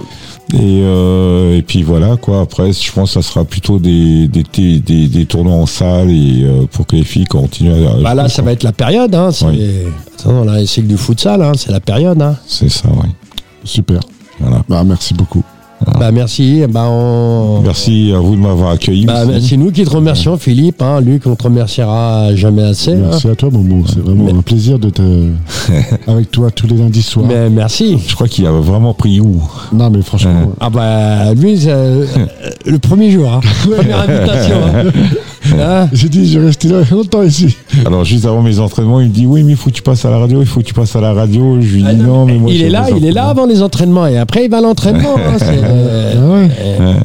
Speaker 4: Et, euh, et puis voilà quoi. Après, je pense que ça sera plutôt des des des, des, des tournois en salle et euh, pour que les filles continuent. À,
Speaker 2: Bah là, ça va être la période. Hein, c'est...
Speaker 4: Oui.
Speaker 2: Attends, là, c'est que du futsal, hein, c'est la période. Hein.
Speaker 4: C'est ça, oui.
Speaker 3: Super.
Speaker 4: Voilà.
Speaker 3: Bah, merci beaucoup.
Speaker 4: Ah.
Speaker 2: Bah merci. Bah, on...
Speaker 4: Merci à vous de m'avoir accueilli.
Speaker 2: Bah,
Speaker 4: aussi.
Speaker 2: bah, c'est nous qui te remercions, Philippe. Hein, Luc, on te remerciera jamais assez. hein.
Speaker 3: Merci à toi, Momo. C'est vraiment
Speaker 2: Mais-
Speaker 3: un plaisir d'être euh, avec toi tous les lundis soirs.
Speaker 2: Mais merci.
Speaker 4: Je crois qu'il a vraiment pris où
Speaker 3: Non, mais franchement,
Speaker 2: Ah bah lui, c'est, euh, euh, le premier jour. Hein. Première invitation. hein. Hein
Speaker 3: j'ai dit, je vais rester là longtemps ici.
Speaker 4: Alors juste avant mes entraînements, il me dit oui, mais il faut que tu passes à la radio, il faut que tu passes à la radio. Je lui dis
Speaker 2: Ah
Speaker 4: non, mais moi
Speaker 2: il
Speaker 4: je
Speaker 2: est
Speaker 4: fais
Speaker 2: là,
Speaker 4: des
Speaker 2: il est là
Speaker 4: entraînements.
Speaker 2: avant les entraînements et après il va à l'entraînement. hein, c'est, euh,
Speaker 3: Ah ouais.
Speaker 4: Ouais,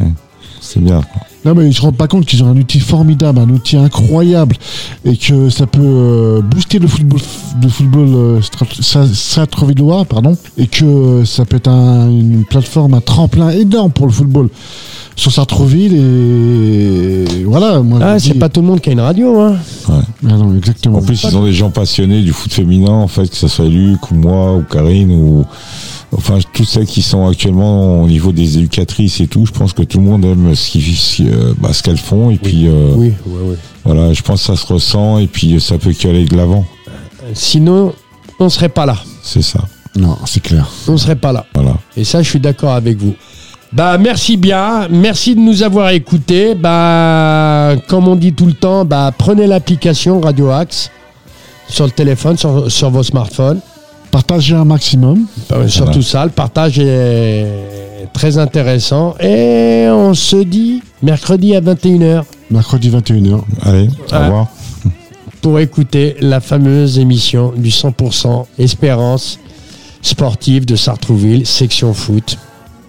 Speaker 4: c'est bien.
Speaker 3: Non mais ils se rendent pas compte qu'ils ont un outil formidable, un outil incroyable et que ça peut euh, booster le football de football euh, stra- sa- sartrovillois pardon et que euh, ça peut être un- une plateforme un tremplin énorme pour le football sur Sartreville et voilà moi je
Speaker 2: ah,
Speaker 3: me
Speaker 2: c'est
Speaker 3: dis-
Speaker 2: pas tout le monde qui a une radio. Hein.
Speaker 3: Ah non exactement
Speaker 4: En plus, ils ont des gens passionnés du foot féminin, en fait, que ce soit Luc ou moi ou Karine ou enfin toutes celles qui sont actuellement au niveau des éducatrices et tout. Je pense que tout le monde aime ce qu'ils- ce- euh, bah, ce qu'elles font et puis euh,
Speaker 2: Oui, oui,
Speaker 4: voilà, je pense que ça se ressent et puis ça peut qu'aller de l'avant.
Speaker 2: oui. Sinon, on serait pas là.
Speaker 4: C'est ça.
Speaker 3: non c'est clair
Speaker 2: On serait pas là.
Speaker 4: Voilà.
Speaker 2: Et ça, je suis d'accord avec vous. Bah, merci bien, merci de nous avoir écoutés. Bah, comme on dit tout le temps, bah, prenez l'application Radio Axe sur le téléphone, sur, sur vos smartphones.
Speaker 3: partagez un maximum
Speaker 2: Bah, Surtout ça, le partage est très intéressant. Et on se dit mercredi à 21h
Speaker 3: mercredi 21h
Speaker 4: Allez, au
Speaker 2: Ouais.
Speaker 4: revoir.
Speaker 2: pour écouter la fameuse émission du 100% Espérance sportive de Sartrouville, section foot,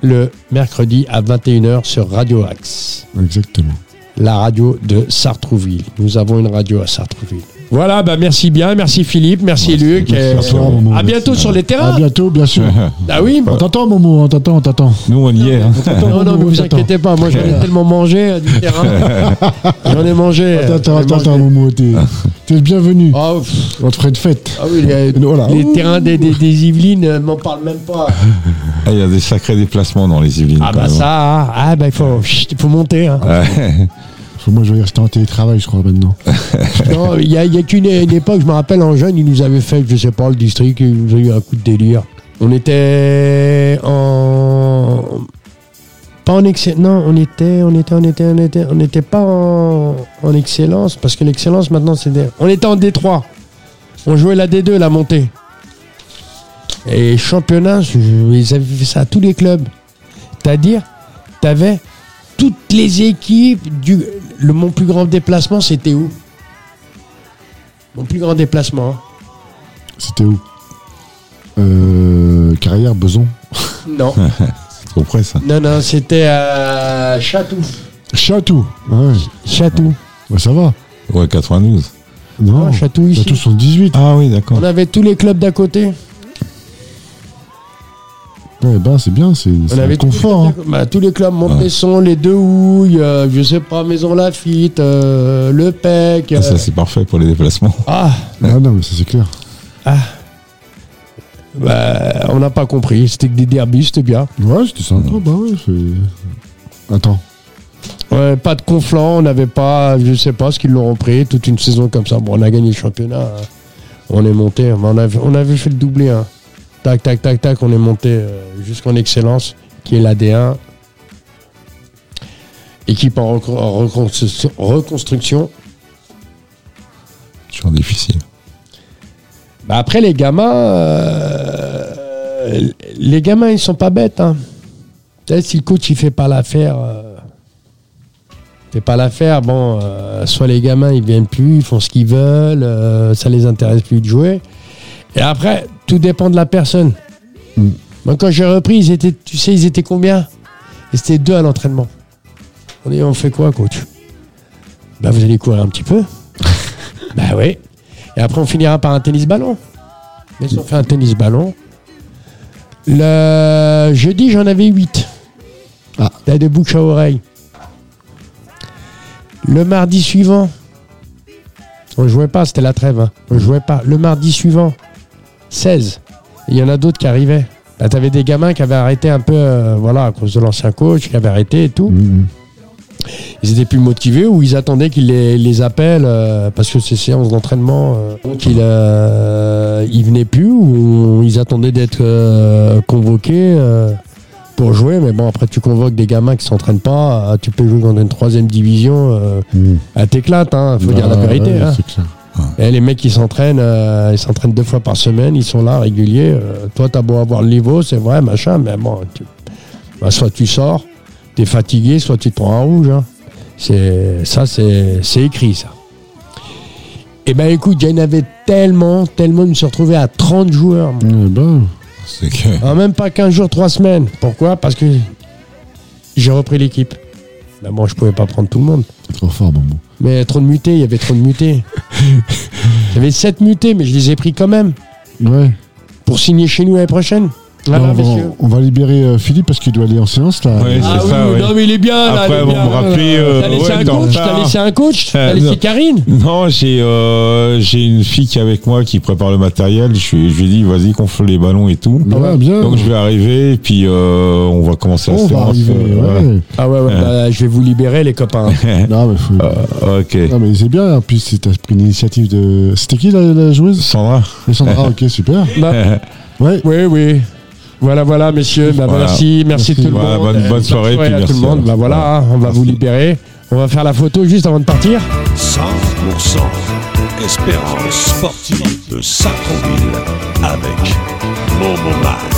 Speaker 2: le mercredi à 21h sur Radio Axe.
Speaker 3: exactement
Speaker 2: la radio de Sartrouville. Nous avons une radio à Sartrouville. Voilà, bah merci bien, merci Philippe, merci,
Speaker 4: Merci,
Speaker 2: Luc.
Speaker 4: merci
Speaker 2: et
Speaker 4: à toi, Momo,
Speaker 2: à
Speaker 3: merci.
Speaker 2: bientôt sur les
Speaker 3: à
Speaker 2: terrains.
Speaker 3: bientôt bien sûr
Speaker 2: Ah oui,
Speaker 3: on t'attend Momo on t'attend on t'attend
Speaker 4: Nous on y est. hein.
Speaker 2: non, non, mais
Speaker 3: Momo, on
Speaker 2: vous
Speaker 3: t'attend.
Speaker 2: inquiétez pas, moi j'en ai tellement mangé euh, du terrain. J'en ai mangé. euh,
Speaker 3: Attends,
Speaker 2: j'en ai
Speaker 3: attends,
Speaker 2: mangé.
Speaker 3: attends, Momo, t'es t'es le bienvenu.
Speaker 2: Ah, pff,
Speaker 3: On te ferait une fête.
Speaker 2: ah oui, les,
Speaker 3: Voilà.
Speaker 2: les terrains des, des, des Yvelines, euh, m'en parle même pas.
Speaker 4: Ah, Il y a des sacrés déplacements dans les Yvelines.
Speaker 2: Ah
Speaker 4: quand
Speaker 2: bah
Speaker 4: même.
Speaker 2: ça, hein. ah bah il faut, chut, il faut monter.
Speaker 3: Ah,
Speaker 2: hein.
Speaker 4: Ouais.
Speaker 3: Faut- Moi, je vais rester en télétravail, je crois, maintenant.
Speaker 2: Non, il n'y a, il y a qu'une une époque, je me rappelle en jeune, ils nous avaient fait, je sais pas, le district, ils nous avaient eu un coup de délire. On était en, Pas en excellence. Non, on était, on était, on était, on était, on n'était pas en, en excellence parce que l'excellence maintenant c'est des. On était en D3. On jouait la D2, la montée. Et championnat, je- ils avaient fait ça à tous les clubs. C'est-à-dire, t'avais toutes les équipes du. Le, mon plus grand déplacement, c'était où Mon plus grand déplacement. hein.
Speaker 3: C'était où Euh, Carrière, Beson.
Speaker 2: Non,
Speaker 4: C'est hein. trop près, ça.
Speaker 2: non, non, c'était à Chatou.
Speaker 3: Château. Ouais.
Speaker 2: Chatou.
Speaker 3: Bah, ça va.
Speaker 4: Ouais, 92.
Speaker 3: Non.
Speaker 4: Oh.
Speaker 2: Non, Ah,
Speaker 4: Bah,
Speaker 2: Chatou ici.
Speaker 3: Château 78.
Speaker 4: Ah oui, d'accord.
Speaker 2: On avait tous les clubs d'à côté.
Speaker 3: Ouais, bah, c'est bien, c'est
Speaker 2: On
Speaker 3: c'est un
Speaker 2: avait tous les
Speaker 3: confort. hein.
Speaker 2: clubs d'à- bah, tous les clubs,
Speaker 4: Ouais.
Speaker 2: Montesson, les Deux Houilles, euh, je sais pas, Maison Lafitte, euh, Le Pec.
Speaker 4: Ah,
Speaker 2: euh,
Speaker 4: ça, c'est parfait pour les déplacements.
Speaker 2: ah,
Speaker 3: Ah non, mais ça c'est clair.
Speaker 2: bah, on n'a pas compris. C'était que des derbys, c'était bien.
Speaker 3: Ouais, c'était sympa, bah ouais. c'est- Attends.
Speaker 2: Ouais, pas de conflant, on n'avait pas, je sais pas ce qu'ils l'ont repris, toute une saison comme ça. Bon, on a gagné le championnat, hein. on est monté, mais on avait, on avait fait le doublé. hein. Tac, tac, tac, tac, on est monté euh, jusqu'en excellence, qui est l'AD1. Équipe en, recon- en reconstru- reconstruction.
Speaker 4: Toujours difficile.
Speaker 2: Bah, après, les gamins, euh, les gamins, ils sont pas bêtes. Hein. Tu sais, si le coach, il fait pas l'affaire, euh, fait pas l'affaire, bon, euh, soit les gamins, ils viennent plus, ils font ce qu'ils veulent, euh, ça les intéresse plus de jouer. Et après, tout dépend de la personne.
Speaker 3: Mm.
Speaker 2: Moi, quand j'ai repris, ils étaient, tu sais, ils étaient combien Ils étaient deux à l'entraînement. On dit, on fait quoi, coach Bah, vous allez courir un petit peu. bah oui. Et après, on finira par un tennis-ballon. Mais si on fait un tennis-ballon, le jeudi, j'en avais 8.
Speaker 3: Ah.
Speaker 2: T'as des bouches à oreille. Le mardi suivant, on jouait pas, c'était la trêve. hein. On jouait pas. Le mardi suivant, 16. Il y en a d'autres qui arrivaient. Bah, T'avais des gamins qui avaient arrêté un peu, euh, voilà, à cause de l'ancien coach, qui avait arrêté et tout
Speaker 3: Mhm.
Speaker 2: ils étaient plus motivés ou ils attendaient qu'ils les, les appellent euh, parce que ces séances d'entraînement, euh, donc ils, euh, ils venaient plus ou ils attendaient d'être euh, convoqués euh, pour jouer. Mais bon, après, tu convoques des gamins qui s'entraînent pas, euh, tu peux jouer dans une troisième division, euh,
Speaker 3: Mhm.
Speaker 2: à t'éclate, hein, faut dire la
Speaker 3: Bah,
Speaker 2: vérité.
Speaker 3: ouais,
Speaker 2: hein.
Speaker 3: C'est clair.
Speaker 2: Et les mecs qui s'entraînent, euh, ils s'entraînent deux fois par semaine, ils sont là réguliers. euh, toi, t'as beau avoir le niveau, c'est vrai, machin, mais bon, tu- bah, soit tu sors, t'es fatigué, soit tu te prends un rouge. hein. C'est ça, c'est c'est écrit ça. Et ben écoute, il y en avait tellement, tellement, je me suis retrouvé à 30 joueurs. moi.
Speaker 3: Ouais, bah,
Speaker 4: C'est que.
Speaker 2: En Ah, même pas 15 jours, 3 semaines. Pourquoi Parce que j'ai repris l'équipe. Ben bon, je pouvais pas prendre tout le monde.
Speaker 3: c'est trop fort, Bambou.
Speaker 2: Mais trop de mutés, il y avait trop de mutés. Il y avait 7 mutés, mais je les ai pris quand même
Speaker 3: Ouais.
Speaker 2: pour signer chez nous l'année prochaine.
Speaker 3: Là,
Speaker 2: Voilà,
Speaker 3: on,
Speaker 2: messieurs. Ah
Speaker 3: va, on va libérer euh, Philippe parce qu'il doit aller en séance là. Ah,
Speaker 4: Ouais, c'est ça, ouais.
Speaker 2: mais il est bien
Speaker 4: Après,
Speaker 2: il est
Speaker 4: bon,
Speaker 2: bien.
Speaker 4: me rappeler, euh,
Speaker 2: T'as laissé,
Speaker 4: ouais,
Speaker 2: un
Speaker 4: t'es en
Speaker 2: coach, t'as
Speaker 4: retard.
Speaker 2: laissé un coach, t'as
Speaker 4: Euh,
Speaker 2: laissé
Speaker 4: non.
Speaker 2: Karine.
Speaker 4: Non, j'ai euh, j'ai une fille qui est avec moi qui prépare le matériel. Je, lui- je lui ai dit, vas-y, gonfle les ballons et tout.
Speaker 3: Bah,
Speaker 2: ouais.
Speaker 3: bien.
Speaker 4: Donc je vais arriver, et puis euh, on va commencer la
Speaker 3: on va
Speaker 4: séance.
Speaker 3: arriver.
Speaker 4: euh,
Speaker 3: ouais.
Speaker 2: Ah ouais, ouais, bah, je vais vous libérer, les copains.
Speaker 3: Non, mais,
Speaker 4: Ah.
Speaker 3: faut-
Speaker 4: voilà. Ok.
Speaker 3: Non, Ah, mais c'est bien. En plus, c'est- t'as pris l'initiative de. C'était qui la, la joueuse
Speaker 4: Sandra
Speaker 3: Alessandra, ok, super.
Speaker 2: Bah,
Speaker 3: Ouais.
Speaker 2: oui, oui. Voilà, voilà, messieurs. Bah, bah,
Speaker 4: Voilà.
Speaker 2: merci, merci, tout le
Speaker 4: Voilà,
Speaker 2: monde.
Speaker 4: bonne- bonne soirée, puis
Speaker 2: à tout
Speaker 4: merci.
Speaker 2: le monde. Bah, voilà, hein, on va vous libérer. On va faire la photo juste avant de partir.
Speaker 1: 100% Espérance sportive de Sacroville avec Momoman.